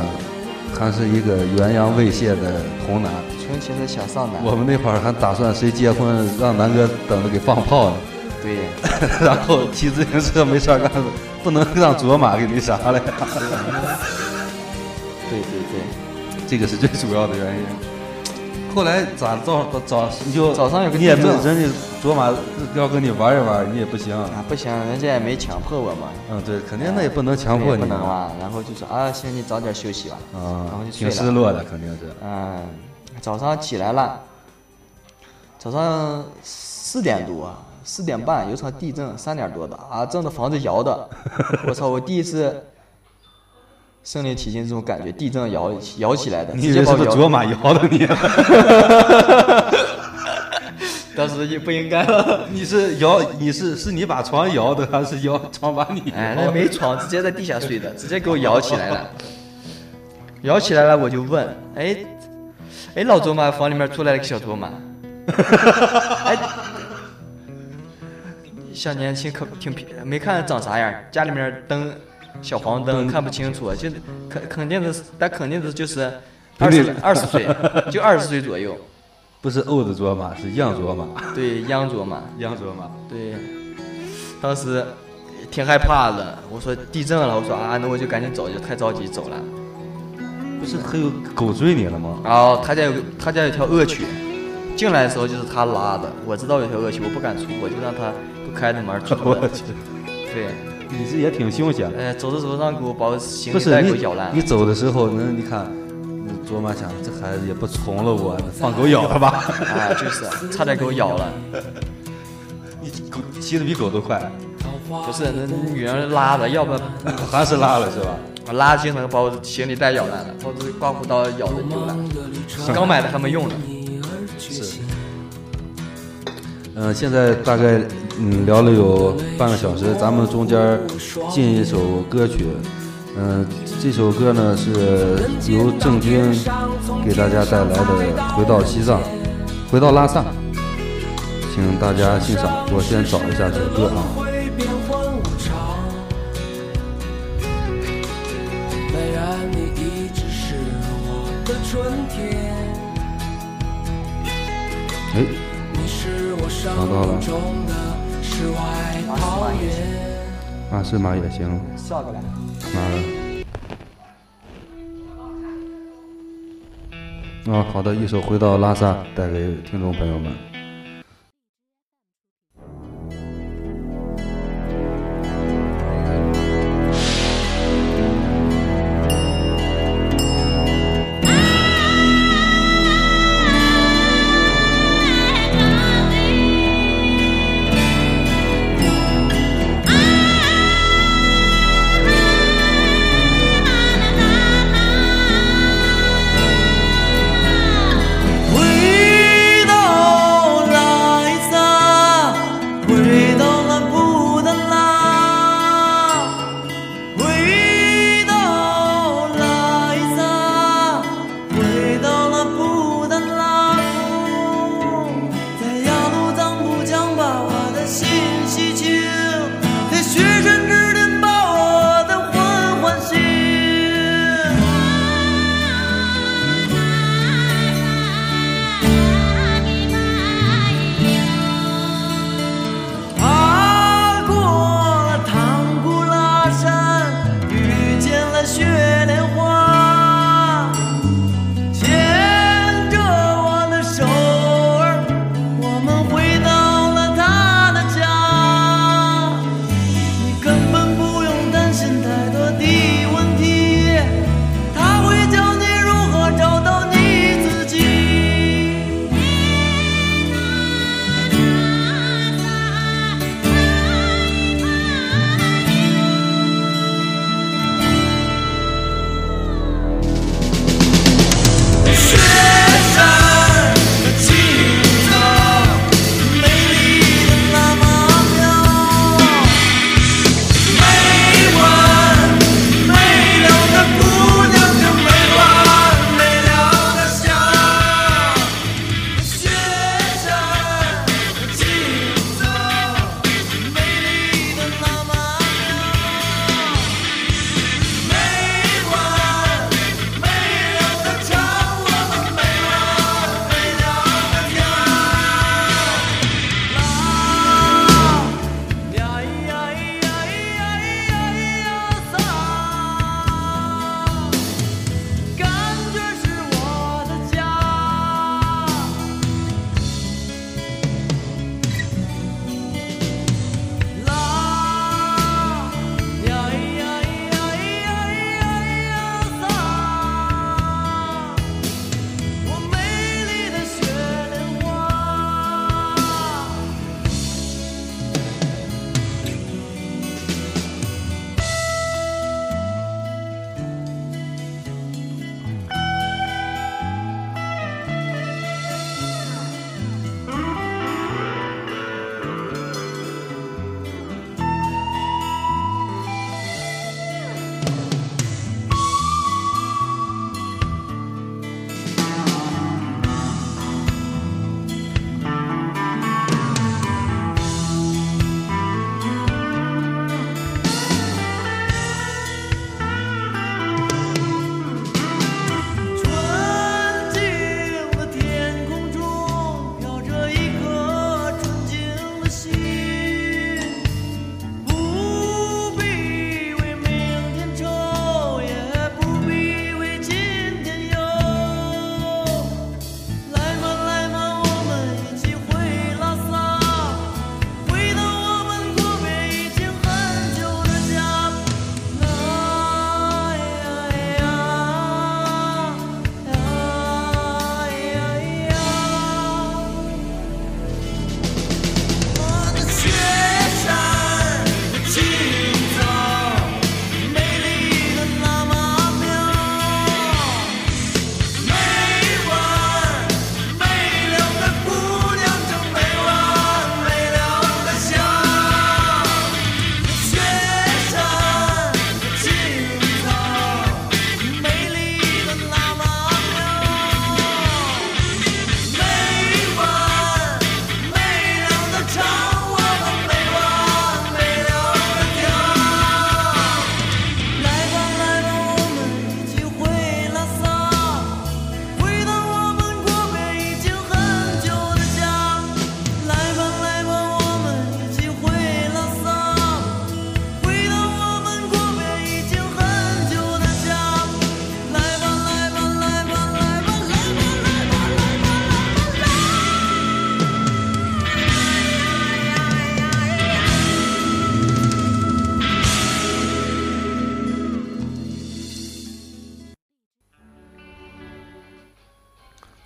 [SPEAKER 1] 还是一个原阳未泄的红男。
[SPEAKER 3] 纯情的小少男，
[SPEAKER 1] 我们那会儿还打算谁结婚让南哥等着给放炮呢，
[SPEAKER 3] 对，
[SPEAKER 1] 然后骑自行车没事儿干，不能让卓玛给那啥了呀。
[SPEAKER 3] 对对对，
[SPEAKER 1] 这个是最主要的原因。后来咋早早你就
[SPEAKER 3] 早上有个
[SPEAKER 1] 你也
[SPEAKER 3] 地
[SPEAKER 1] 没
[SPEAKER 3] 震
[SPEAKER 1] 人家卓玛要跟你玩一玩，你也不行。
[SPEAKER 3] 啊不行，人家也没强迫我嘛，
[SPEAKER 1] 嗯，对，肯定那也不能强迫
[SPEAKER 3] 也
[SPEAKER 1] 你
[SPEAKER 3] 不能吧？然后就说啊，行，你早点休息吧，然
[SPEAKER 1] 啊
[SPEAKER 3] 后就，睡
[SPEAKER 1] 挺
[SPEAKER 3] 了。
[SPEAKER 1] 失落的，肯定是。
[SPEAKER 3] 嗯，早上起来了，早上四点多，四点半有场地震，三点多的啊，震的房子 摇的，我操！我第一次身临其境这种感觉，地震摇摇起来的，
[SPEAKER 1] 你
[SPEAKER 3] 直
[SPEAKER 1] 以
[SPEAKER 3] 接
[SPEAKER 1] 为
[SPEAKER 3] 把
[SPEAKER 1] 是
[SPEAKER 3] 我
[SPEAKER 1] 不
[SPEAKER 3] 摇
[SPEAKER 1] 是卓玛摇的你？啊
[SPEAKER 3] 当时就不应该了。
[SPEAKER 1] 你是摇，你是是你把床摇的，还是摇床把你摇？
[SPEAKER 3] 哎，那没床，直接在地下睡的，直接给我摇起来 了。摇起来了，我就问，哎，哎，老卓玛，房里面出来了个小卓玛，哎，小年轻可挺皮，没看长啥样，家里面灯小黄灯看不清楚，就肯肯定的是，但肯定的就是二
[SPEAKER 1] 肯
[SPEAKER 3] 十
[SPEAKER 1] 定
[SPEAKER 3] 二十岁，就二十岁左右，
[SPEAKER 1] 不是 old 卓玛，是 young 卓玛。
[SPEAKER 3] 对，央卓玛。
[SPEAKER 1] young 卓玛，
[SPEAKER 3] 对，当时挺害怕的。我说地震了，我说啊，那我就赶紧走，就太着急走了。
[SPEAKER 1] 不是还有狗追你了吗？
[SPEAKER 3] 然后他家有个他家有条恶犬，进来的时候就是他拉的，我知道有条恶犬，我不敢出，我就让他不开着门出
[SPEAKER 1] 我
[SPEAKER 3] 的。
[SPEAKER 1] 去，
[SPEAKER 3] 对，
[SPEAKER 1] 你这也挺凶险。
[SPEAKER 3] 呃，走着走着让狗把我行
[SPEAKER 1] 不
[SPEAKER 3] 李
[SPEAKER 1] 是
[SPEAKER 3] 袋给
[SPEAKER 1] 你
[SPEAKER 3] 我咬烂
[SPEAKER 1] 你
[SPEAKER 3] 了。
[SPEAKER 1] 走的时候，那你看，卓玛想这孩子也不从了我，放狗咬了吧？
[SPEAKER 3] 啊，就是差点给我咬了，
[SPEAKER 1] 你狗骑的比狗都快，
[SPEAKER 3] 不是那那女人拉的，要不
[SPEAKER 1] 还是拉了是吧？
[SPEAKER 3] 拉经常把我的行李袋咬烂了，把我的刮胡刀咬的丢了，刚买的还没用呢。
[SPEAKER 1] 是。嗯、现在大概嗯聊了有半个小时，咱们中间儿进一首歌曲，嗯、这首歌呢是由郑钧给大家带来的《回到西藏，回到拉萨》，请大家欣赏。啊我先找一下这首歌啊。
[SPEAKER 2] 会变幻无常。虽然你一直是我的春天，
[SPEAKER 1] 哎，
[SPEAKER 2] 你是我生
[SPEAKER 1] 找到了
[SPEAKER 2] 命中的世外桃源。
[SPEAKER 1] 阿诗玛也行，
[SPEAKER 3] 笑过来。
[SPEAKER 1] 拿了。啊、好的，一首《回到拉萨》带给听众朋友们。
[SPEAKER 2] 回到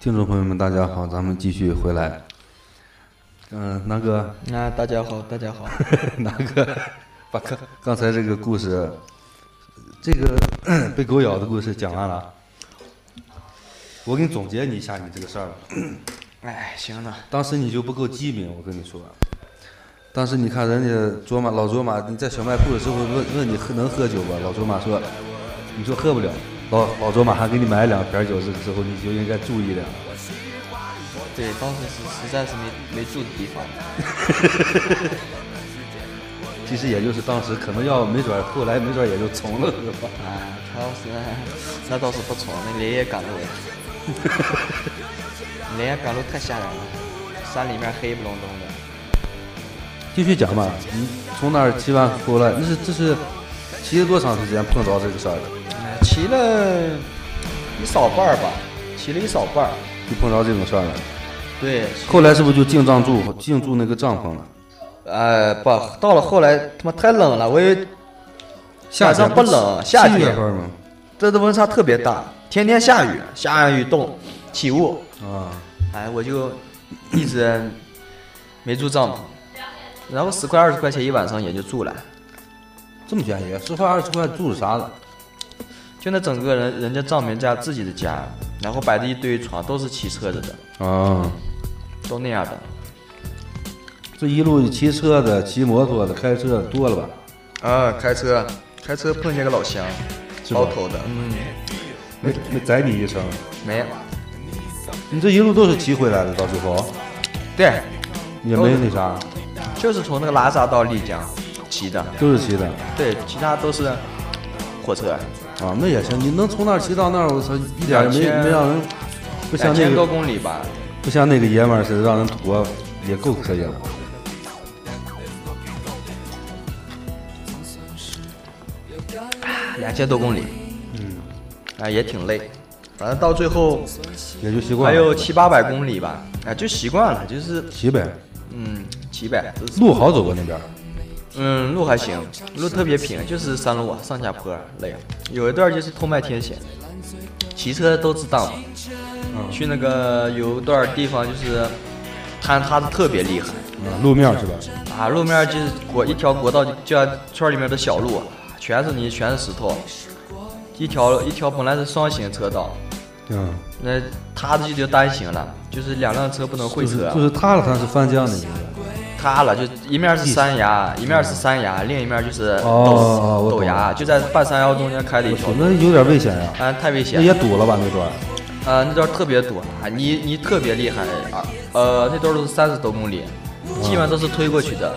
[SPEAKER 1] 听众朋友们，大家好，咱们继续回来。嗯、南哥，
[SPEAKER 3] 那、啊大家好，大家好。
[SPEAKER 1] 南哥，把刚刚才这个故事，这个 被狗咬的故事讲完了啊。我给你总结一下你这个事儿吧。
[SPEAKER 3] 哎，行了，
[SPEAKER 1] 当时你就不够机敏，我跟你说。当时你看人家卓玛老卓玛，你在小卖部的时候问问你喝能喝酒吧？老卓玛说，你说喝不了。老老卓玛还给你买了两瓶酒，这个时候你就应该注意点儿。
[SPEAKER 4] 对，当时是实在是没没住的地方。
[SPEAKER 1] 其实也就是当时可能要没准儿后来没准儿也就从了，是吧？
[SPEAKER 4] 啊，他要是那倒是不错，那连夜赶路， 连夜赶路太吓人了，山里面黑不隆咚的。
[SPEAKER 1] 继续讲吧，你嗯从那儿骑完回来，那是这是骑了多长时间碰到这个事儿的？
[SPEAKER 3] 哎骑了一少半儿吧，骑了一少半儿。
[SPEAKER 1] 就碰到这种事儿了。
[SPEAKER 3] 对，
[SPEAKER 1] 后来是不是就进帐住进住那个帐篷了？
[SPEAKER 3] 呃，不，到了后来他妈太冷了，我以为
[SPEAKER 1] 夏天
[SPEAKER 3] 晚上不冷夏天
[SPEAKER 1] 七月份嘛。
[SPEAKER 3] 这的温差特别大，天天下雨，下完雨冻起雾，
[SPEAKER 1] 啊，
[SPEAKER 3] 哎，我就一直没住帐篷，然后十块二十块钱一晚上也就住了，
[SPEAKER 1] 这么便宜，十块二十块住是啥了？
[SPEAKER 3] 就那整个人人家丈民家自己的家，然后摆着一堆床，都是骑车子的，
[SPEAKER 1] 啊，
[SPEAKER 3] 都那样的。
[SPEAKER 1] 这一路骑车的、骑摩托的、开车的多了吧？
[SPEAKER 3] 啊，开车，开车碰见个老乡，
[SPEAKER 1] 是吧
[SPEAKER 3] 包头的，嗯，
[SPEAKER 1] 没没宰你一声？
[SPEAKER 3] 没，
[SPEAKER 1] 你这一路都是骑回来的，到最后
[SPEAKER 3] 对，
[SPEAKER 1] 也没那啥，
[SPEAKER 3] 就是从那个拉萨到丽江骑的，
[SPEAKER 1] 都是骑的。
[SPEAKER 3] 对，其他都是火车，
[SPEAKER 1] 啊，那也行，你能从那儿骑到那儿，我操，一点儿也没
[SPEAKER 3] 2000
[SPEAKER 1] 没让人，不像
[SPEAKER 3] 两
[SPEAKER 1] 那
[SPEAKER 3] 千多
[SPEAKER 1] 个
[SPEAKER 3] 公里吧，
[SPEAKER 1] 不像那个爷们儿似的，让人驮也够可以了。
[SPEAKER 3] 两千多公里，嗯，啊也挺累，反正到最后
[SPEAKER 1] 也就习惯
[SPEAKER 3] 还
[SPEAKER 1] 了。
[SPEAKER 3] 有七八百公里吧，啊就习惯了，就是
[SPEAKER 1] 骑呗，
[SPEAKER 3] 嗯几百，就是
[SPEAKER 1] 路好走过那边儿。啊
[SPEAKER 3] 嗯路还行，路特别平，就是山路啊上下坡累，有一段就是痛迈天险，骑车都知道嘛，去那个有一段地方就是坍塌的特别厉害，
[SPEAKER 1] 嗯，路面儿是吧？
[SPEAKER 3] 啊，路面就是国一条国道，就像圈里面的小路，啊全是泥，全是石头。一条一条本来是双行车道，
[SPEAKER 1] 嗯，
[SPEAKER 3] 那塌的就就单行了，就是两辆车不能会
[SPEAKER 1] 就是
[SPEAKER 3] 车
[SPEAKER 1] 就，是塌了，它是翻江的一个。
[SPEAKER 3] 塌了就一面是山崖，一面是山崖，另一面就是
[SPEAKER 1] 哦哦我
[SPEAKER 3] 陡
[SPEAKER 1] 懂
[SPEAKER 3] 陡崖，
[SPEAKER 1] 了
[SPEAKER 3] 就在半山腰中间开了一
[SPEAKER 1] 我
[SPEAKER 3] 条
[SPEAKER 1] 去，
[SPEAKER 3] 路，
[SPEAKER 1] 那有点危险呀、
[SPEAKER 3] 啊，太危
[SPEAKER 1] 那
[SPEAKER 3] 险
[SPEAKER 1] 也
[SPEAKER 3] 了，
[SPEAKER 1] 堵了吧那段儿？
[SPEAKER 3] 啊，那段特别堵，啊，泥泥特别厉害，啊，呃，那段都是三十多公里，基本上都是推过去的，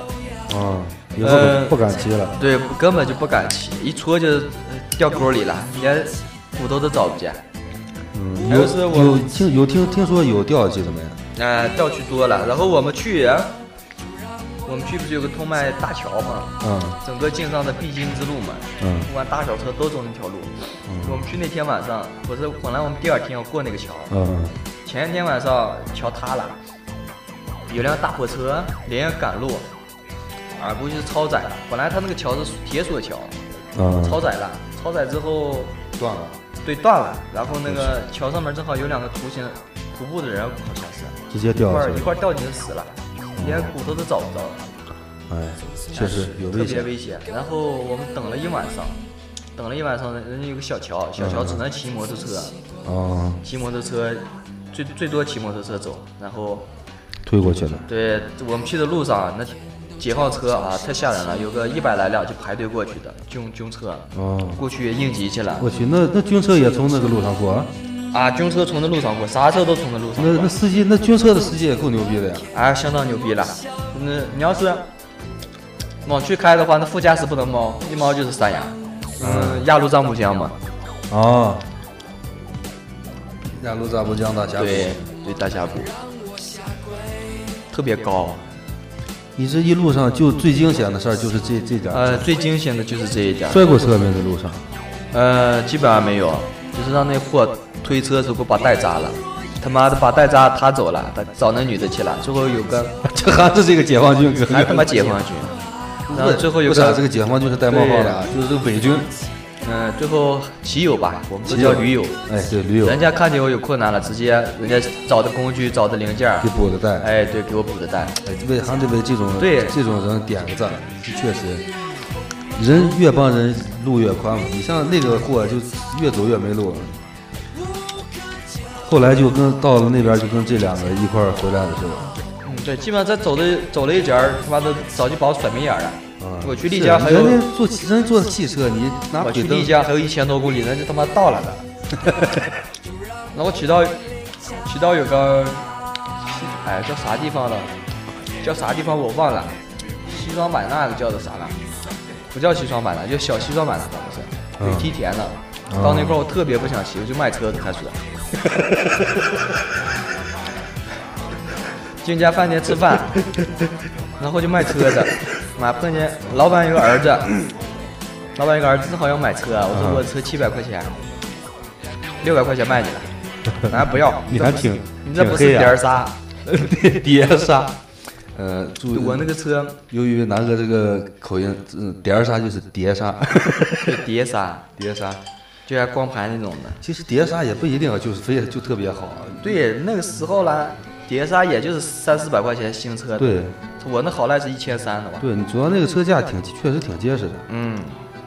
[SPEAKER 1] 啊，以后
[SPEAKER 3] 呃
[SPEAKER 1] 不不敢骑了。
[SPEAKER 3] 对，根本就不敢骑，一戳就呃掉沟里了，连骨头都找不见。
[SPEAKER 1] 嗯，
[SPEAKER 3] 还有是
[SPEAKER 1] 有
[SPEAKER 3] 我
[SPEAKER 1] 有听有听听说有掉下去的没？
[SPEAKER 3] 啊、掉去多了。然后我们去，我们去不是有个通麦大桥嘛，
[SPEAKER 1] 嗯
[SPEAKER 3] 整个进藏的必经之路嘛，
[SPEAKER 1] 嗯
[SPEAKER 3] 不管大小车都走那条路。我们去那天晚上，不是本来我们第二天要过那个桥，
[SPEAKER 1] 嗯
[SPEAKER 3] 前一天晚上桥塌了，有辆大货车连夜赶路，啊，估计是超载了。本来它那个桥是铁索桥，超
[SPEAKER 1] 嗯，
[SPEAKER 3] 载了，超载之后
[SPEAKER 1] 断了，
[SPEAKER 3] 对，断了。然后那个桥上面正好有两个徒行徒步的人，好像是
[SPEAKER 1] 直接
[SPEAKER 3] 一
[SPEAKER 1] 掉
[SPEAKER 3] 会
[SPEAKER 1] 下
[SPEAKER 3] 儿
[SPEAKER 1] 去
[SPEAKER 3] 一
[SPEAKER 1] 了。
[SPEAKER 3] 会儿掉进去死了，连骨头都找不着了，
[SPEAKER 1] 哎，确实有
[SPEAKER 3] 特
[SPEAKER 1] 危
[SPEAKER 3] 别
[SPEAKER 1] 险。
[SPEAKER 3] 危险。然后我们等了一晚上，等了一晚上，人家有个小桥，小桥只能骑摩托车，
[SPEAKER 1] 啊，
[SPEAKER 3] 骑摩托车最最多骑摩托车走。然后
[SPEAKER 1] 推过去了。
[SPEAKER 3] 对我们去的路上那解放车啊，太吓人了，有个一百来辆就排队过去的军军车，
[SPEAKER 1] 哦
[SPEAKER 3] 过去应急去了。
[SPEAKER 1] 我去，那那军车也从那个路上过啊？
[SPEAKER 3] 啊，军车从这路上过，啥车都从这路上
[SPEAKER 1] 那
[SPEAKER 3] 过。
[SPEAKER 1] 那司机，那军车的司机也够牛逼的呀！
[SPEAKER 3] 哎，相当牛逼了。那你要是往去开的话，那副驾驶不能猫，一猫就是三亚，嗯，雅鲁藏布江嘛。
[SPEAKER 1] 啊，亚鲁扎布江大峡谷，
[SPEAKER 3] 对对，大峡谷，特别高。啊
[SPEAKER 1] 你这一路上就最惊险的事儿就是这这点儿，
[SPEAKER 3] 呃，最惊险的就是这一点儿。
[SPEAKER 1] 摔过车没？在路上？
[SPEAKER 3] 呃，基本上没有，就是让那货推车的时候给我把带扎了，他妈的把带扎他走了，他找那女的去了，最后有 个
[SPEAKER 1] 这还是这个解放军哥，
[SPEAKER 3] 还他妈解放军，然后最后有
[SPEAKER 1] 不是
[SPEAKER 3] 个
[SPEAKER 1] 啊这个解放军是戴帽帽的啊，就是这个伪军。
[SPEAKER 3] 嗯、嗯，最后骑友吧，我们都
[SPEAKER 1] 骑
[SPEAKER 3] 叫
[SPEAKER 1] 友
[SPEAKER 3] 驴友。
[SPEAKER 1] 哎，对，驴友
[SPEAKER 3] 人家看见我有困难了，直接人家找的工具、找的零件儿，
[SPEAKER 1] 给补个蛋，
[SPEAKER 3] 哎，对，给我补的单。
[SPEAKER 1] 哎，为还得为这种
[SPEAKER 3] 对
[SPEAKER 1] 这种人点个赞，这确实，人越帮人路越宽嘛。你像那个货就越走越没路了。后来就跟到了那边，就跟这两个一块儿回来的是吧？
[SPEAKER 3] 嗯，对，基本上这走的走了一截儿，他妈的早就把我甩没眼儿了。我去丽
[SPEAKER 1] 嗯啊是
[SPEAKER 3] 江还有，
[SPEAKER 1] 人家坐人家坐汽车，你拿
[SPEAKER 3] 我
[SPEAKER 1] 鬼
[SPEAKER 3] 去
[SPEAKER 1] 灯
[SPEAKER 3] 丽，江还有一千多公里，人家他妈 到了的。那我骑到骑到有个，哎，叫啥地方了？叫啥地方我忘了。西双版纳的叫做啥了？不叫西双版纳，叫小西双版纳，好像是有
[SPEAKER 1] 嗯
[SPEAKER 3] 梯田的。到那块儿我特别不想骑，我就卖车子开始。进家饭店 吃饭，然后就卖车子。妈碰见老板有个儿子，老板有个儿子正好要买车，我说我
[SPEAKER 1] 嗯
[SPEAKER 3] 车七百块钱，六百块钱卖你了，咱不要。
[SPEAKER 1] 你还挺
[SPEAKER 3] 你这不是
[SPEAKER 1] 挺黑啊
[SPEAKER 3] 碟 儿刹，碟儿刹。
[SPEAKER 1] 呃，注
[SPEAKER 3] 我那个车
[SPEAKER 1] 由于南哥这个口音，嗯，碟儿杀就是碟杀，
[SPEAKER 3] 是碟刹，
[SPEAKER 1] 碟杀。
[SPEAKER 3] 就像光盘那种的。
[SPEAKER 1] 其实碟杀也不一定就是非就特别好，
[SPEAKER 3] 对，那个时候啦，碟刹也就是三四百块钱新车。
[SPEAKER 1] 对，
[SPEAKER 3] 我那好赖是一千三的吧。
[SPEAKER 1] 对你主要那个车架挺确实挺结实的，
[SPEAKER 3] 嗯，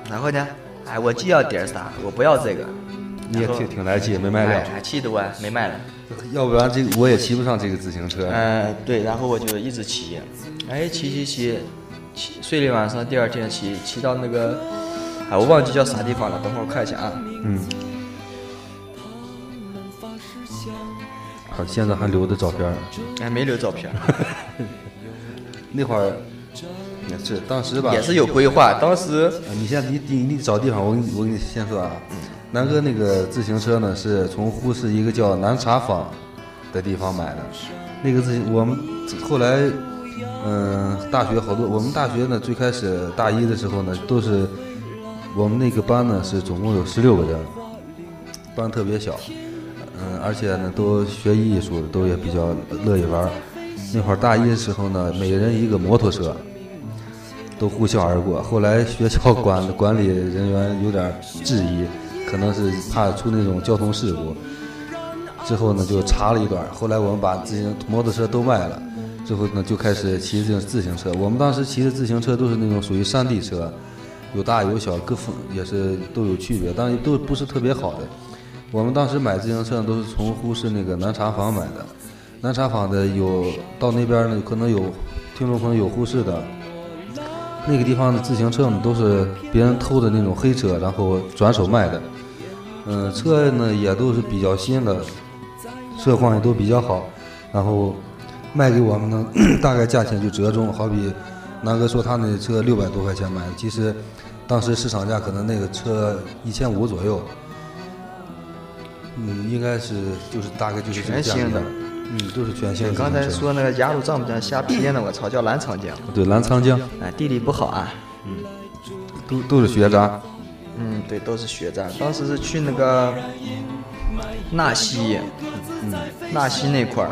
[SPEAKER 3] 然后呢，哎，我既要碟刹，我不要这个，
[SPEAKER 1] 你也挺挺来气，没卖
[SPEAKER 3] 哎
[SPEAKER 1] 掉，，
[SPEAKER 3] 气得我没卖了。
[SPEAKER 1] 要不然这个我也骑不上这个自行车。
[SPEAKER 3] 嗯，对，然后我就一直骑，哎，骑骑骑，骑睡了一晚上，第二天骑骑到那个，哎，我忘记叫啥地方了，等会儿我看一下啊。
[SPEAKER 1] 好，现在还留着照片儿。
[SPEAKER 3] 哎，没留照片，
[SPEAKER 1] 那会儿也是当时吧，
[SPEAKER 3] 也是有规划。当时
[SPEAKER 1] 啊。你先你你你找地方，我给你我给你先说啊。南哥那个自行车呢，是从呼市一个叫南茶坊的地方买的。那个自行我们后来，嗯、大学好多我们大学呢，最开始大一的时候呢，都是我们那个班呢是总共有十六个人，班特别小，嗯，而且呢都学艺术的，都也比较乐意玩儿。那会儿大一的时候呢，每人一个摩托车，都呼啸而过。后来学校 管管理人员有点质疑，可能是怕出那种交通事故。之后呢，就查了一段儿。后来我们把自行摩托车都卖了，之后呢就开始骑这种自行车。我们当时骑的自行车都是那种属于山地车，有大有小，各风也是都有区别，但是都不是特别好的。我们当时买自行车都是从呼市那个南茶坊买的，南茶坊的有到那边呢，可能有听众朋友有呼市的，那个地方的自行车呢，都是别人偷的那种黑车，然后转手卖的。嗯，车呢也都是比较新的，车况也都比较好，然后卖给我们呢， 大概价钱就折中。好比南哥说他那车六百多块钱买的，其实当时市场价可能那个车一千五左右。嗯，应该是就是大概就是这个
[SPEAKER 3] 全
[SPEAKER 1] 价
[SPEAKER 3] 新
[SPEAKER 1] 格
[SPEAKER 3] 的。
[SPEAKER 1] 嗯，都是全新的自行车。
[SPEAKER 3] 刚才说那个雅鲁藏布江瞎编的，我操，叫澜沧江。
[SPEAKER 1] 对澜沧江
[SPEAKER 3] 哎，地理不好啊。
[SPEAKER 1] 都都是学渣。
[SPEAKER 3] 嗯，对，都是学渣。当时是去那个纳西，嗯，纳西那块儿，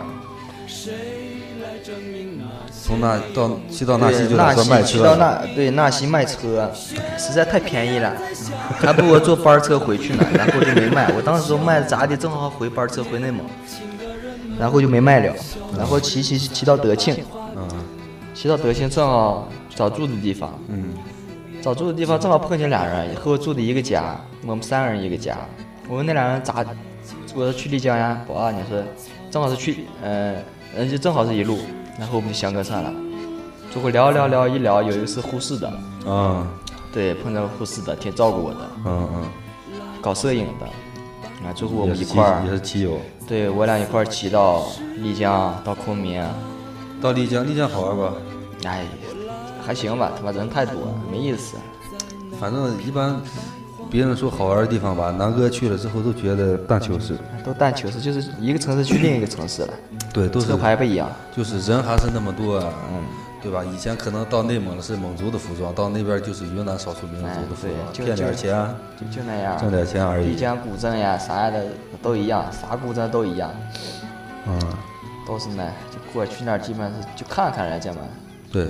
[SPEAKER 1] 从那到西到纳西就
[SPEAKER 3] 对
[SPEAKER 1] 打
[SPEAKER 3] 纳
[SPEAKER 1] 算
[SPEAKER 3] 西
[SPEAKER 1] 卖
[SPEAKER 3] 去
[SPEAKER 1] 车
[SPEAKER 3] 到
[SPEAKER 1] 了，
[SPEAKER 3] 纳对纳西卖车，实在太便宜了，还不如坐班车回去 呢。然后就没卖，我当时卖的咋的，正好回班车回内蒙，然后就没卖了。然后骑骑骑到德庆，
[SPEAKER 1] 嗯，
[SPEAKER 3] 骑到德兴正好找住的地方，嗯，找住的地方正好碰见俩人，和我住的一个家，我们三个人一个家。我问那俩人咋，我说去丽江呀，保安，你说正好是去，呃，人家正好是一路，然后我们就相隔上了。最后聊聊聊一聊，有一个是呼市的，
[SPEAKER 1] 嗯
[SPEAKER 3] 对，碰到呼市的，挺照顾我的，
[SPEAKER 1] 嗯嗯，
[SPEAKER 3] 搞摄影的，啊，最后我
[SPEAKER 1] 也
[SPEAKER 3] 们
[SPEAKER 1] 是
[SPEAKER 3] 一
[SPEAKER 1] 骑
[SPEAKER 3] 块儿
[SPEAKER 1] 也，是骑友。
[SPEAKER 3] 对我俩一块儿骑到丽江，到昆明，
[SPEAKER 1] 到丽江，丽江好玩吧？
[SPEAKER 3] 哎，还行吧，他妈人太多了，没意思。
[SPEAKER 1] 反正一般别人说好玩的地方吧，南哥去了之后都觉得荡秋千，
[SPEAKER 3] 都淡球市，就是一个城市去另一个城市了，
[SPEAKER 1] 对，都是
[SPEAKER 3] 车牌不嗯一样。
[SPEAKER 1] 就是人还是那么多啊，对吧？以前可能到内蒙是蒙族的服装，到那边就是云南少数民族的服装，
[SPEAKER 3] 哎对就
[SPEAKER 1] 骗点
[SPEAKER 3] 就
[SPEAKER 1] 钱，啊
[SPEAKER 3] 就就那样。
[SPEAKER 1] 挣点钱而
[SPEAKER 3] 丽
[SPEAKER 1] 已。
[SPEAKER 3] 江古镇呀，啥的都一样，啥古镇都一样，
[SPEAKER 1] 嗯，
[SPEAKER 3] 都是那，就过去那儿基本上是就看看人家嘛，
[SPEAKER 1] 对。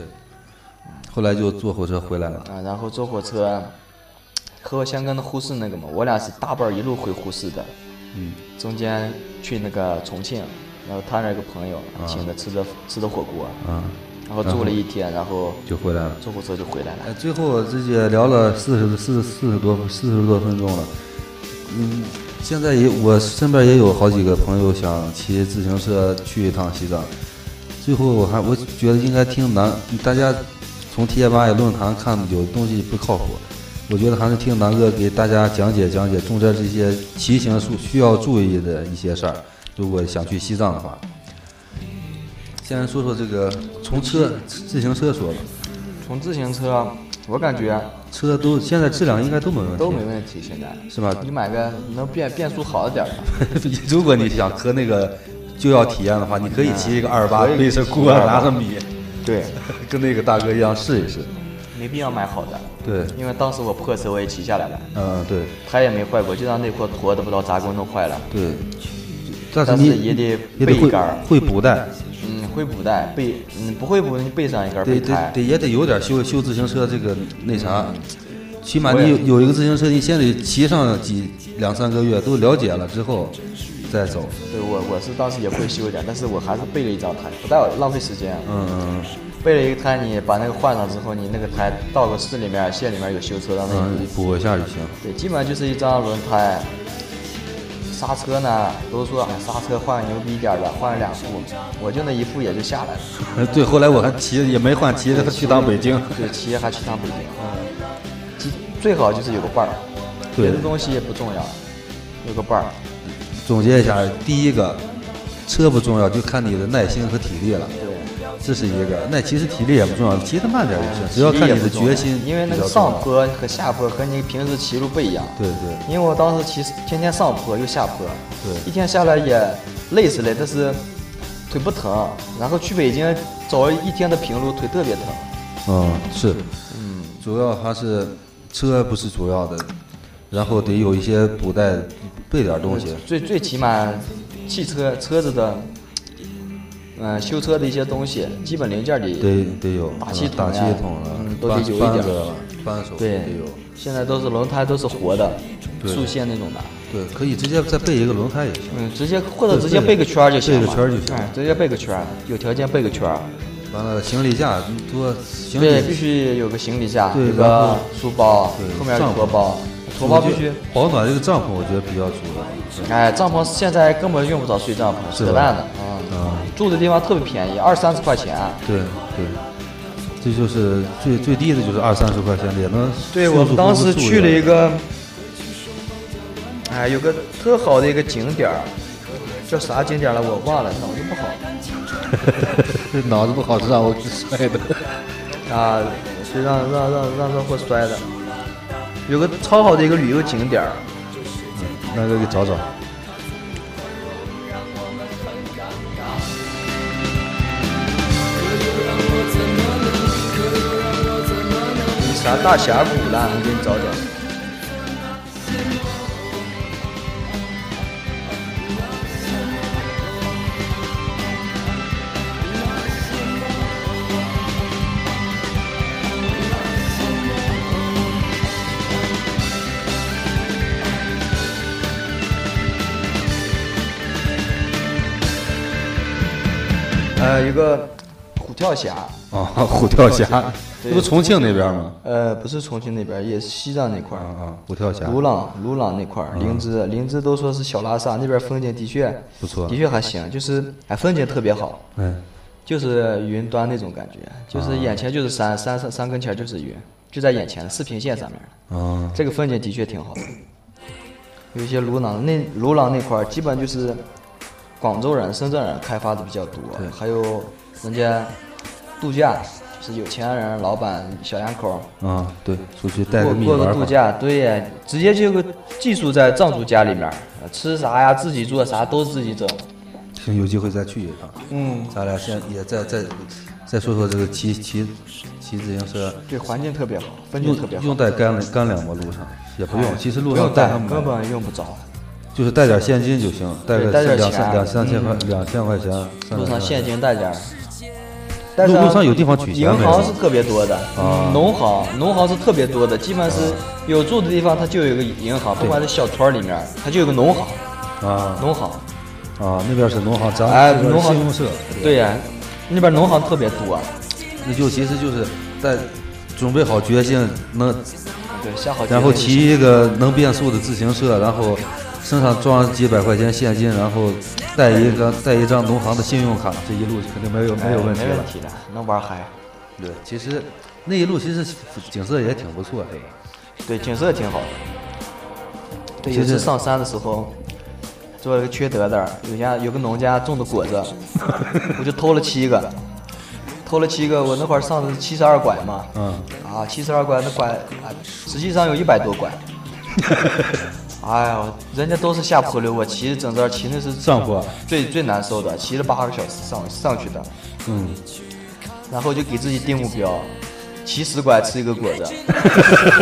[SPEAKER 1] 后来就坐火车回来了，
[SPEAKER 3] 啊，然后坐火车，和我相跟的呼市那个嘛，我俩是大班儿一路回呼市的，
[SPEAKER 1] 嗯，
[SPEAKER 3] 中间去那个重庆，然后他那个朋友请的吃的、吃的火锅，
[SPEAKER 1] 啊，
[SPEAKER 3] 啊然后呃住了一天，然后
[SPEAKER 1] 就回来了。
[SPEAKER 3] 坐火车就回来了。
[SPEAKER 1] 哎，最后这也聊了四十四四十多四十多分钟了，嗯，现在也我身边也有好几个朋友想骑自行车去一趟西藏，最后我还我觉得应该听南大家从贴吧也论坛看有东西不靠谱，我觉得还是听南哥给大家讲解讲解中间这些骑行需需要注意的一些事儿，如果想去西藏的话。先说说这个从车自行车说吧，
[SPEAKER 3] 从自行车，我感觉啊
[SPEAKER 1] 车都现在质量应该都没问题，
[SPEAKER 3] 都没问题，现在
[SPEAKER 1] 是吧？
[SPEAKER 3] 你买个能变变速好一点的。
[SPEAKER 1] 如果你想喝那个就要体验的话，你可以骑一个二八背着锅拿着米，
[SPEAKER 3] 对，
[SPEAKER 1] 跟那个大哥一样试一试。
[SPEAKER 3] 没必要买好的，
[SPEAKER 1] 对，
[SPEAKER 3] 因为当时我破车我也骑下来了，
[SPEAKER 1] 嗯，对
[SPEAKER 3] 它也没坏过，就让内裤坨的不知道咋给我弄坏了。
[SPEAKER 1] 对，但是
[SPEAKER 3] 但
[SPEAKER 1] 你
[SPEAKER 3] 是也得
[SPEAKER 1] 也
[SPEAKER 3] 备
[SPEAKER 1] 得
[SPEAKER 3] 一杆儿
[SPEAKER 1] 会会补带，
[SPEAKER 3] 嗯，会补带备，嗯，不会补你备上一根
[SPEAKER 1] 得
[SPEAKER 3] 备
[SPEAKER 1] 得
[SPEAKER 3] 胎。
[SPEAKER 1] 得也得有点修修自行车这个那啥，起码
[SPEAKER 3] 我
[SPEAKER 1] 你
[SPEAKER 3] 也
[SPEAKER 1] 有有一个自行车，你先得骑上几两三个月，都了解了之后再走。
[SPEAKER 3] 对我我是当时也会修一点，但是我还是备了一张胎，不带浪费时间。
[SPEAKER 1] 嗯嗯
[SPEAKER 3] 备了一个胎，你把那个换上之后，你那个胎到个市里面、县里面有修车的，让那
[SPEAKER 1] 嗯，嗯补一下就行。
[SPEAKER 3] 对，基本上就是一张轮胎。刹车呢，都说哎刹车换个牛逼一点的，换个两副，我就那一副也就下来了。
[SPEAKER 1] 对，后来我还骑也没换，骑着去趟北京。
[SPEAKER 3] 对，骑还去趟北京。嗯，最最好就是有个伴儿，别
[SPEAKER 1] 对
[SPEAKER 3] 的东西也不重要，有个伴儿。
[SPEAKER 1] 总结一下，第一个，车不重要，就看你的耐心和体力了。这是一个。那其实体力也不重要，骑得慢点就行，只要看你的决心比较重要。
[SPEAKER 3] 因为那个上坡和下坡和你平时骑路不一样。
[SPEAKER 1] 对对
[SPEAKER 3] 因为我当时骑天天上坡又下坡，
[SPEAKER 1] 对
[SPEAKER 3] 一天下来也累死了，但是腿不疼。然后去北京走一天的平路，腿特别疼。
[SPEAKER 1] 嗯，是，嗯，主要还是车不是主要的，然后得有一些补带备点东西。
[SPEAKER 3] 最最起码，汽车车子的，嗯、修车的一些东西，基本零件得
[SPEAKER 1] 得得有
[SPEAKER 3] 打气筒
[SPEAKER 1] 打
[SPEAKER 3] 呀
[SPEAKER 1] 气筒了，
[SPEAKER 3] 嗯都得有一点
[SPEAKER 1] 扳扳子了，扳手
[SPEAKER 3] 对
[SPEAKER 1] 得有，
[SPEAKER 3] 现在都是轮胎都是活的，
[SPEAKER 1] 对
[SPEAKER 3] 速限那种的，
[SPEAKER 1] 对，可以直接再备一个轮胎也行。
[SPEAKER 3] 嗯，直接或者直接备个圈儿就行了
[SPEAKER 1] 备个圈儿就行
[SPEAKER 3] 哎直接备个圈儿，有条件备个圈儿，
[SPEAKER 1] 完了，行李架多，行
[SPEAKER 3] 对，
[SPEAKER 1] 李
[SPEAKER 3] 必须有个行李架，
[SPEAKER 1] 对
[SPEAKER 3] 有
[SPEAKER 1] 然
[SPEAKER 3] 个
[SPEAKER 1] 后
[SPEAKER 3] 书包
[SPEAKER 1] 对，
[SPEAKER 3] 后面
[SPEAKER 1] 帐
[SPEAKER 3] 有
[SPEAKER 1] 篷
[SPEAKER 3] 驮包，驮包必须，
[SPEAKER 1] 保暖这个帐篷，我觉得比较主要。
[SPEAKER 3] 哎，帐篷现在根本用不着睡帐篷，
[SPEAKER 1] 是
[SPEAKER 3] 扯
[SPEAKER 1] 吧
[SPEAKER 3] 淡的，嗯，住的地方特别便宜，二三十块钱，
[SPEAKER 1] 对对，这就是最最低的就是二三十块钱的，也能
[SPEAKER 3] 对
[SPEAKER 1] 舒
[SPEAKER 3] 我
[SPEAKER 1] 舒
[SPEAKER 3] 们当
[SPEAKER 1] 服服
[SPEAKER 3] 时
[SPEAKER 1] 住
[SPEAKER 3] 去了
[SPEAKER 1] 一
[SPEAKER 3] 一
[SPEAKER 1] 个
[SPEAKER 3] 个，哎，有个特好的一个景点儿，叫啥景点儿了？我忘了，脑子不好
[SPEAKER 1] 脑子不好是让我去摔的。
[SPEAKER 3] 啊，是让让让让让货摔的。有个超好的一个旅游景点儿，
[SPEAKER 1] 那个给找 找。
[SPEAKER 3] 啥大峡谷啦，我给你找找。呃，有个虎跳峡，
[SPEAKER 1] 啊，虎跳峡，这
[SPEAKER 3] 对
[SPEAKER 1] 不重庆那边吗？
[SPEAKER 3] 呃，不是重庆那边儿，也是西藏那块
[SPEAKER 1] 啊
[SPEAKER 3] 儿。
[SPEAKER 1] 啊，虎跳峡。
[SPEAKER 3] 鲁朗、鲁朗那
[SPEAKER 1] 嗯
[SPEAKER 3] 块儿，林芝、林芝都说是小拉萨那边儿风景的确
[SPEAKER 1] 不错
[SPEAKER 3] 的确还行，就是哎风景特别好，
[SPEAKER 1] 哎，
[SPEAKER 3] 就是云端那种感觉，
[SPEAKER 1] 啊
[SPEAKER 3] 就是眼前就是山，山山山跟前就是云，就在眼前四平线上面儿，
[SPEAKER 1] 啊，
[SPEAKER 3] 这个风景的确挺好的。有一些鲁朗那鲁朗那块儿，基本就是广州人、深圳人开发的比较多，还有人家度假，就是有钱人、老板、小两口儿。
[SPEAKER 1] 啊，对，出去带
[SPEAKER 3] 过
[SPEAKER 1] 个蜜
[SPEAKER 3] 过
[SPEAKER 1] 玩
[SPEAKER 3] 个
[SPEAKER 1] 儿
[SPEAKER 3] 度
[SPEAKER 1] 吧。
[SPEAKER 3] 假，对呀，直接就有个寄宿在藏族家里面儿，呃吃啥呀，自己做啥都自己整。
[SPEAKER 1] 行，有机会再去一趟。
[SPEAKER 3] 嗯，
[SPEAKER 1] 咱俩先也再再再说说这个骑骑骑自行车，
[SPEAKER 3] 对，环境特别好，风景
[SPEAKER 1] 用
[SPEAKER 3] 特别好，哎
[SPEAKER 1] 用带干干粮吗？路上也不用，其实路
[SPEAKER 3] 不
[SPEAKER 1] 上
[SPEAKER 3] 用
[SPEAKER 1] 带
[SPEAKER 3] 带
[SPEAKER 1] 还，蛮
[SPEAKER 3] 根本用不着。
[SPEAKER 1] 就是带点现金就行，带个
[SPEAKER 3] 对带点
[SPEAKER 1] 两
[SPEAKER 3] 钱啊
[SPEAKER 1] 三两三千块两千块钱，三千块
[SPEAKER 3] 路上
[SPEAKER 1] 钱
[SPEAKER 3] 嗯现金带点儿，但是
[SPEAKER 5] 路
[SPEAKER 3] 啊
[SPEAKER 5] 路上有地方取钱
[SPEAKER 3] 银
[SPEAKER 5] 没
[SPEAKER 3] 行
[SPEAKER 5] 有
[SPEAKER 3] 是特别多的，嗯
[SPEAKER 5] 啊
[SPEAKER 3] 农行农行是特别多的，基本是有住的地方它就有一个银行，不管是小村儿里面儿它就有个农行，
[SPEAKER 5] 啊
[SPEAKER 3] 农行，
[SPEAKER 5] 啊，那边是农行，咱
[SPEAKER 3] 哎
[SPEAKER 5] 们这边
[SPEAKER 3] 农行
[SPEAKER 5] 信用社，
[SPEAKER 3] 对呀、那边农行特别多，
[SPEAKER 1] 那就其实就是在准备好决心，能，
[SPEAKER 3] 对，下好决
[SPEAKER 1] 然后
[SPEAKER 3] 心就行
[SPEAKER 1] 骑一个能变速的自行车，然后身上装几百块钱现金，然后带一个带一张农行的信用卡，
[SPEAKER 5] 这一路肯定没有没有问题
[SPEAKER 3] 哎没问
[SPEAKER 5] 了。
[SPEAKER 3] 题的，能玩嗨。
[SPEAKER 1] 对，其实那一路其实景色也挺不错，对吧？
[SPEAKER 3] 嗯对，景色挺好的。对，
[SPEAKER 1] 其
[SPEAKER 3] 有一次
[SPEAKER 1] 实
[SPEAKER 3] 上山的时候，做了个缺德的儿，有家有个农家种的果子，我就偷了七个，偷了七个。我那会儿上的七十二拐嘛，
[SPEAKER 5] 嗯，
[SPEAKER 3] 啊，七十二拐那拐，啊，实际上有一百多拐。哎呦，人家都是下坡溜，我骑的整个骑那是
[SPEAKER 5] 上坡啊
[SPEAKER 3] 最最难受的，骑了八个小时上上去的，
[SPEAKER 5] 嗯，
[SPEAKER 3] 然后就给自己定目标，骑十拐吃一个果子，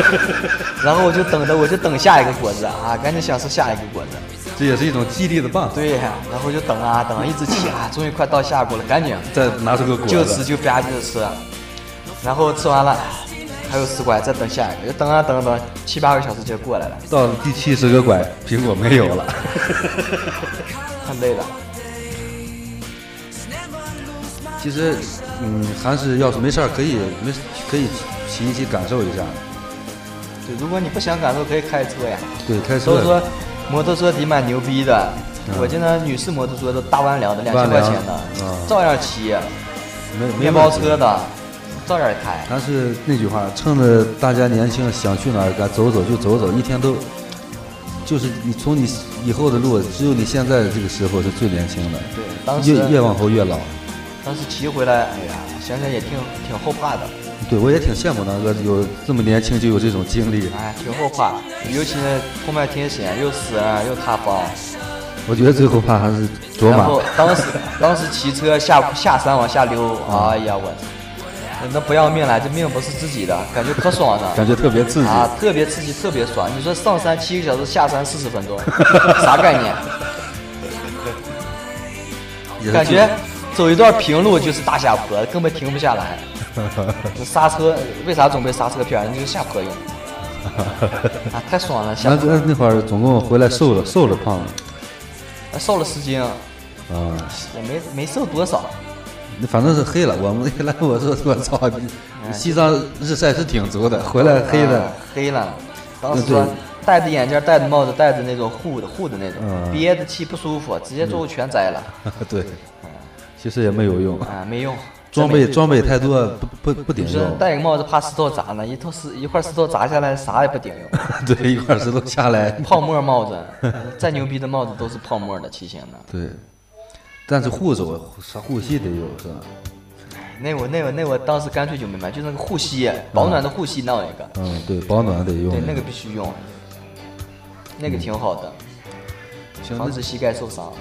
[SPEAKER 3] 然后我就等着，我就等下一个果子啊，赶紧想吃下一个果子。
[SPEAKER 1] 这也是一种激励的办法。
[SPEAKER 3] 对呀，然后就等啊等啊，一直骑啊，终于快到下一果了，赶紧啊
[SPEAKER 1] 再拿出个果
[SPEAKER 3] 就
[SPEAKER 1] 子
[SPEAKER 3] 吃，就吧唧着吃，然后吃完了还有十拐，再等下一个，就等啊等啊等啊，七八个小时就过来了，
[SPEAKER 1] 到了第七十个拐，苹果没有了。
[SPEAKER 3] 很累了。
[SPEAKER 1] 其实，嗯，还是要是没事儿可以没事可以骑一骑感受一下。
[SPEAKER 3] 对，如果你不想感受，可以开车呀。
[SPEAKER 1] 对，开车
[SPEAKER 3] 都说摩托车挺蛮牛逼的，我见那女士摩托车都大弯梁的，两千块钱的
[SPEAKER 1] 弯梁啊，
[SPEAKER 3] 照样骑。
[SPEAKER 1] 没没
[SPEAKER 3] 面
[SPEAKER 1] 问
[SPEAKER 3] 包
[SPEAKER 1] 题
[SPEAKER 3] 车的，照样开。
[SPEAKER 1] 还是那句话，趁着大家年轻，想去哪儿该走走就走走，一天都，就是你从你以后的路，只有你现在的这个时候是最年轻的，
[SPEAKER 3] 对，当时
[SPEAKER 1] 越越往后越老。
[SPEAKER 3] 当时骑回来，哎呀，想想也挺挺后怕的，
[SPEAKER 1] 对我也挺羡慕南哥有这么年轻就有这种经历，
[SPEAKER 3] 哎，挺后怕。尤其是后面挺险，又死人又塌方。
[SPEAKER 1] 我觉得最后怕还是卓
[SPEAKER 3] 然
[SPEAKER 1] 玛。
[SPEAKER 3] 后 当时当时骑车下下山往下溜，
[SPEAKER 5] 嗯
[SPEAKER 3] 哎呀我，那不要命了，这命不是自己的，感觉可爽了。
[SPEAKER 5] 感觉特别刺激。
[SPEAKER 3] 啊，特别刺激，特别爽。你说上山七个小时，下山四 十分钟，啥概念？
[SPEAKER 1] 也是
[SPEAKER 3] 感觉走一段平路就是大下坡，根本停不下 来。那刹车为啥准备刹车片儿？那就是下 坡用。啊，太爽了！下
[SPEAKER 1] 南
[SPEAKER 3] 坡
[SPEAKER 1] 哥那会儿总共回来瘦了，瘦了胖了，
[SPEAKER 3] 啊瘦了十斤，
[SPEAKER 1] 啊、
[SPEAKER 3] 也没没瘦多少。
[SPEAKER 1] 那反正是黑了。我们一来我说我操，你西藏日晒是挺足的，回来黑
[SPEAKER 3] 啊
[SPEAKER 1] 的，
[SPEAKER 3] 黑了。当时
[SPEAKER 1] 那对
[SPEAKER 3] 戴着眼镜，戴着帽子，戴着那种护的护的那种，
[SPEAKER 5] 嗯
[SPEAKER 3] 憋着气不舒服，直接最后全摘了。
[SPEAKER 1] 对，其实也没有用，
[SPEAKER 3] 啊，没用。
[SPEAKER 1] 嗯装备装备太多不不不顶
[SPEAKER 3] 就是
[SPEAKER 1] 用。
[SPEAKER 3] 戴个帽子怕石头砸呢，一头石一块石头砸下来啥也不顶 用。
[SPEAKER 1] 对，一块石头下来，
[SPEAKER 3] 泡沫帽子，再牛逼的帽子都是泡沫的骑行的。
[SPEAKER 1] 对。但是护肘啥护膝得有是吧？
[SPEAKER 3] 那我那我那我当时干脆就明白，就那个护膝，保暖的护膝弄一个，
[SPEAKER 1] 嗯，对，保暖得用。
[SPEAKER 3] 对，那个必须用，那个挺好的，
[SPEAKER 1] 行，
[SPEAKER 3] 防
[SPEAKER 1] 那
[SPEAKER 3] 止膝盖受伤。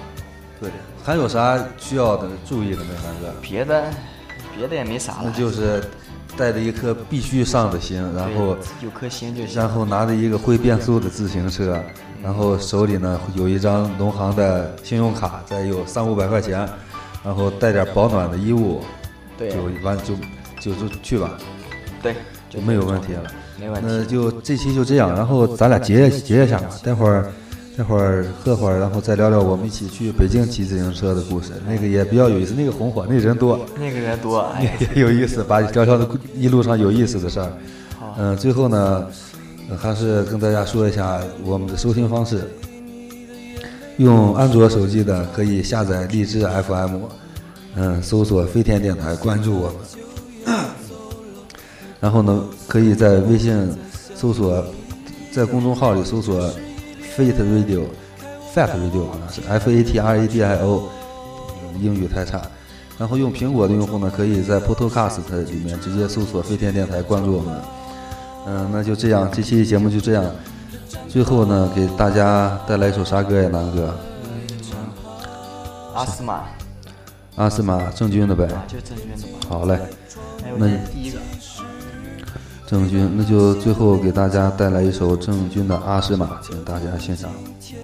[SPEAKER 1] 对，还有啥需要的注意的没，凡哥？
[SPEAKER 3] 别的别的也没啥
[SPEAKER 1] 那
[SPEAKER 3] 了，
[SPEAKER 1] 就是带着一颗必须上的心，然
[SPEAKER 3] 对
[SPEAKER 1] 后
[SPEAKER 3] 有颗心就行
[SPEAKER 1] 然。后拿着一个会变速的自行车，然后手里呢有一张农行的信用卡，再有三五百块钱，然后带点保暖的衣物，
[SPEAKER 3] 对
[SPEAKER 1] 就完就就就去吧，
[SPEAKER 3] 对，
[SPEAKER 1] 就没有问题了。
[SPEAKER 3] 没问
[SPEAKER 1] 那
[SPEAKER 3] 题。
[SPEAKER 1] 就这期就这样，然后咱俩结结一下吧，待会儿。待会儿喝会儿，然后再聊聊我们一起去北京骑自行车的故事，那个也比较有意思。那个红火，那人多，
[SPEAKER 3] 那个人多，哎呀，
[SPEAKER 1] 也有意思，把聊聊的一路上有意思的事儿。嗯、最后呢，呃还是跟大家说一下我们的收听方式。用安卓手机的可以下载荔枝 FM，嗯，搜索飞天电台，关注我们。然后呢，可以在微信搜索，在公众号里搜索 Fat Radio，Fat Radio 好像是 F A T R A D I O，嗯英语太差。然后用苹果的用户呢，可以在 Podcast 里面直接搜索飞天电台，关注我们。嗯，那就这样，这期节目就这样。最后呢，给大家带来一首啥歌呀，南哥？
[SPEAKER 3] 阿斯玛
[SPEAKER 1] 阿斯玛郑钧的呗。
[SPEAKER 3] 就郑钧的吧。
[SPEAKER 1] 好嘞，
[SPEAKER 3] 哎，我
[SPEAKER 1] 那
[SPEAKER 3] 这是第一个，
[SPEAKER 1] 郑钧，那就最后给大家带来一首郑钧的《阿斯玛》，请大家欣赏。
[SPEAKER 2] 前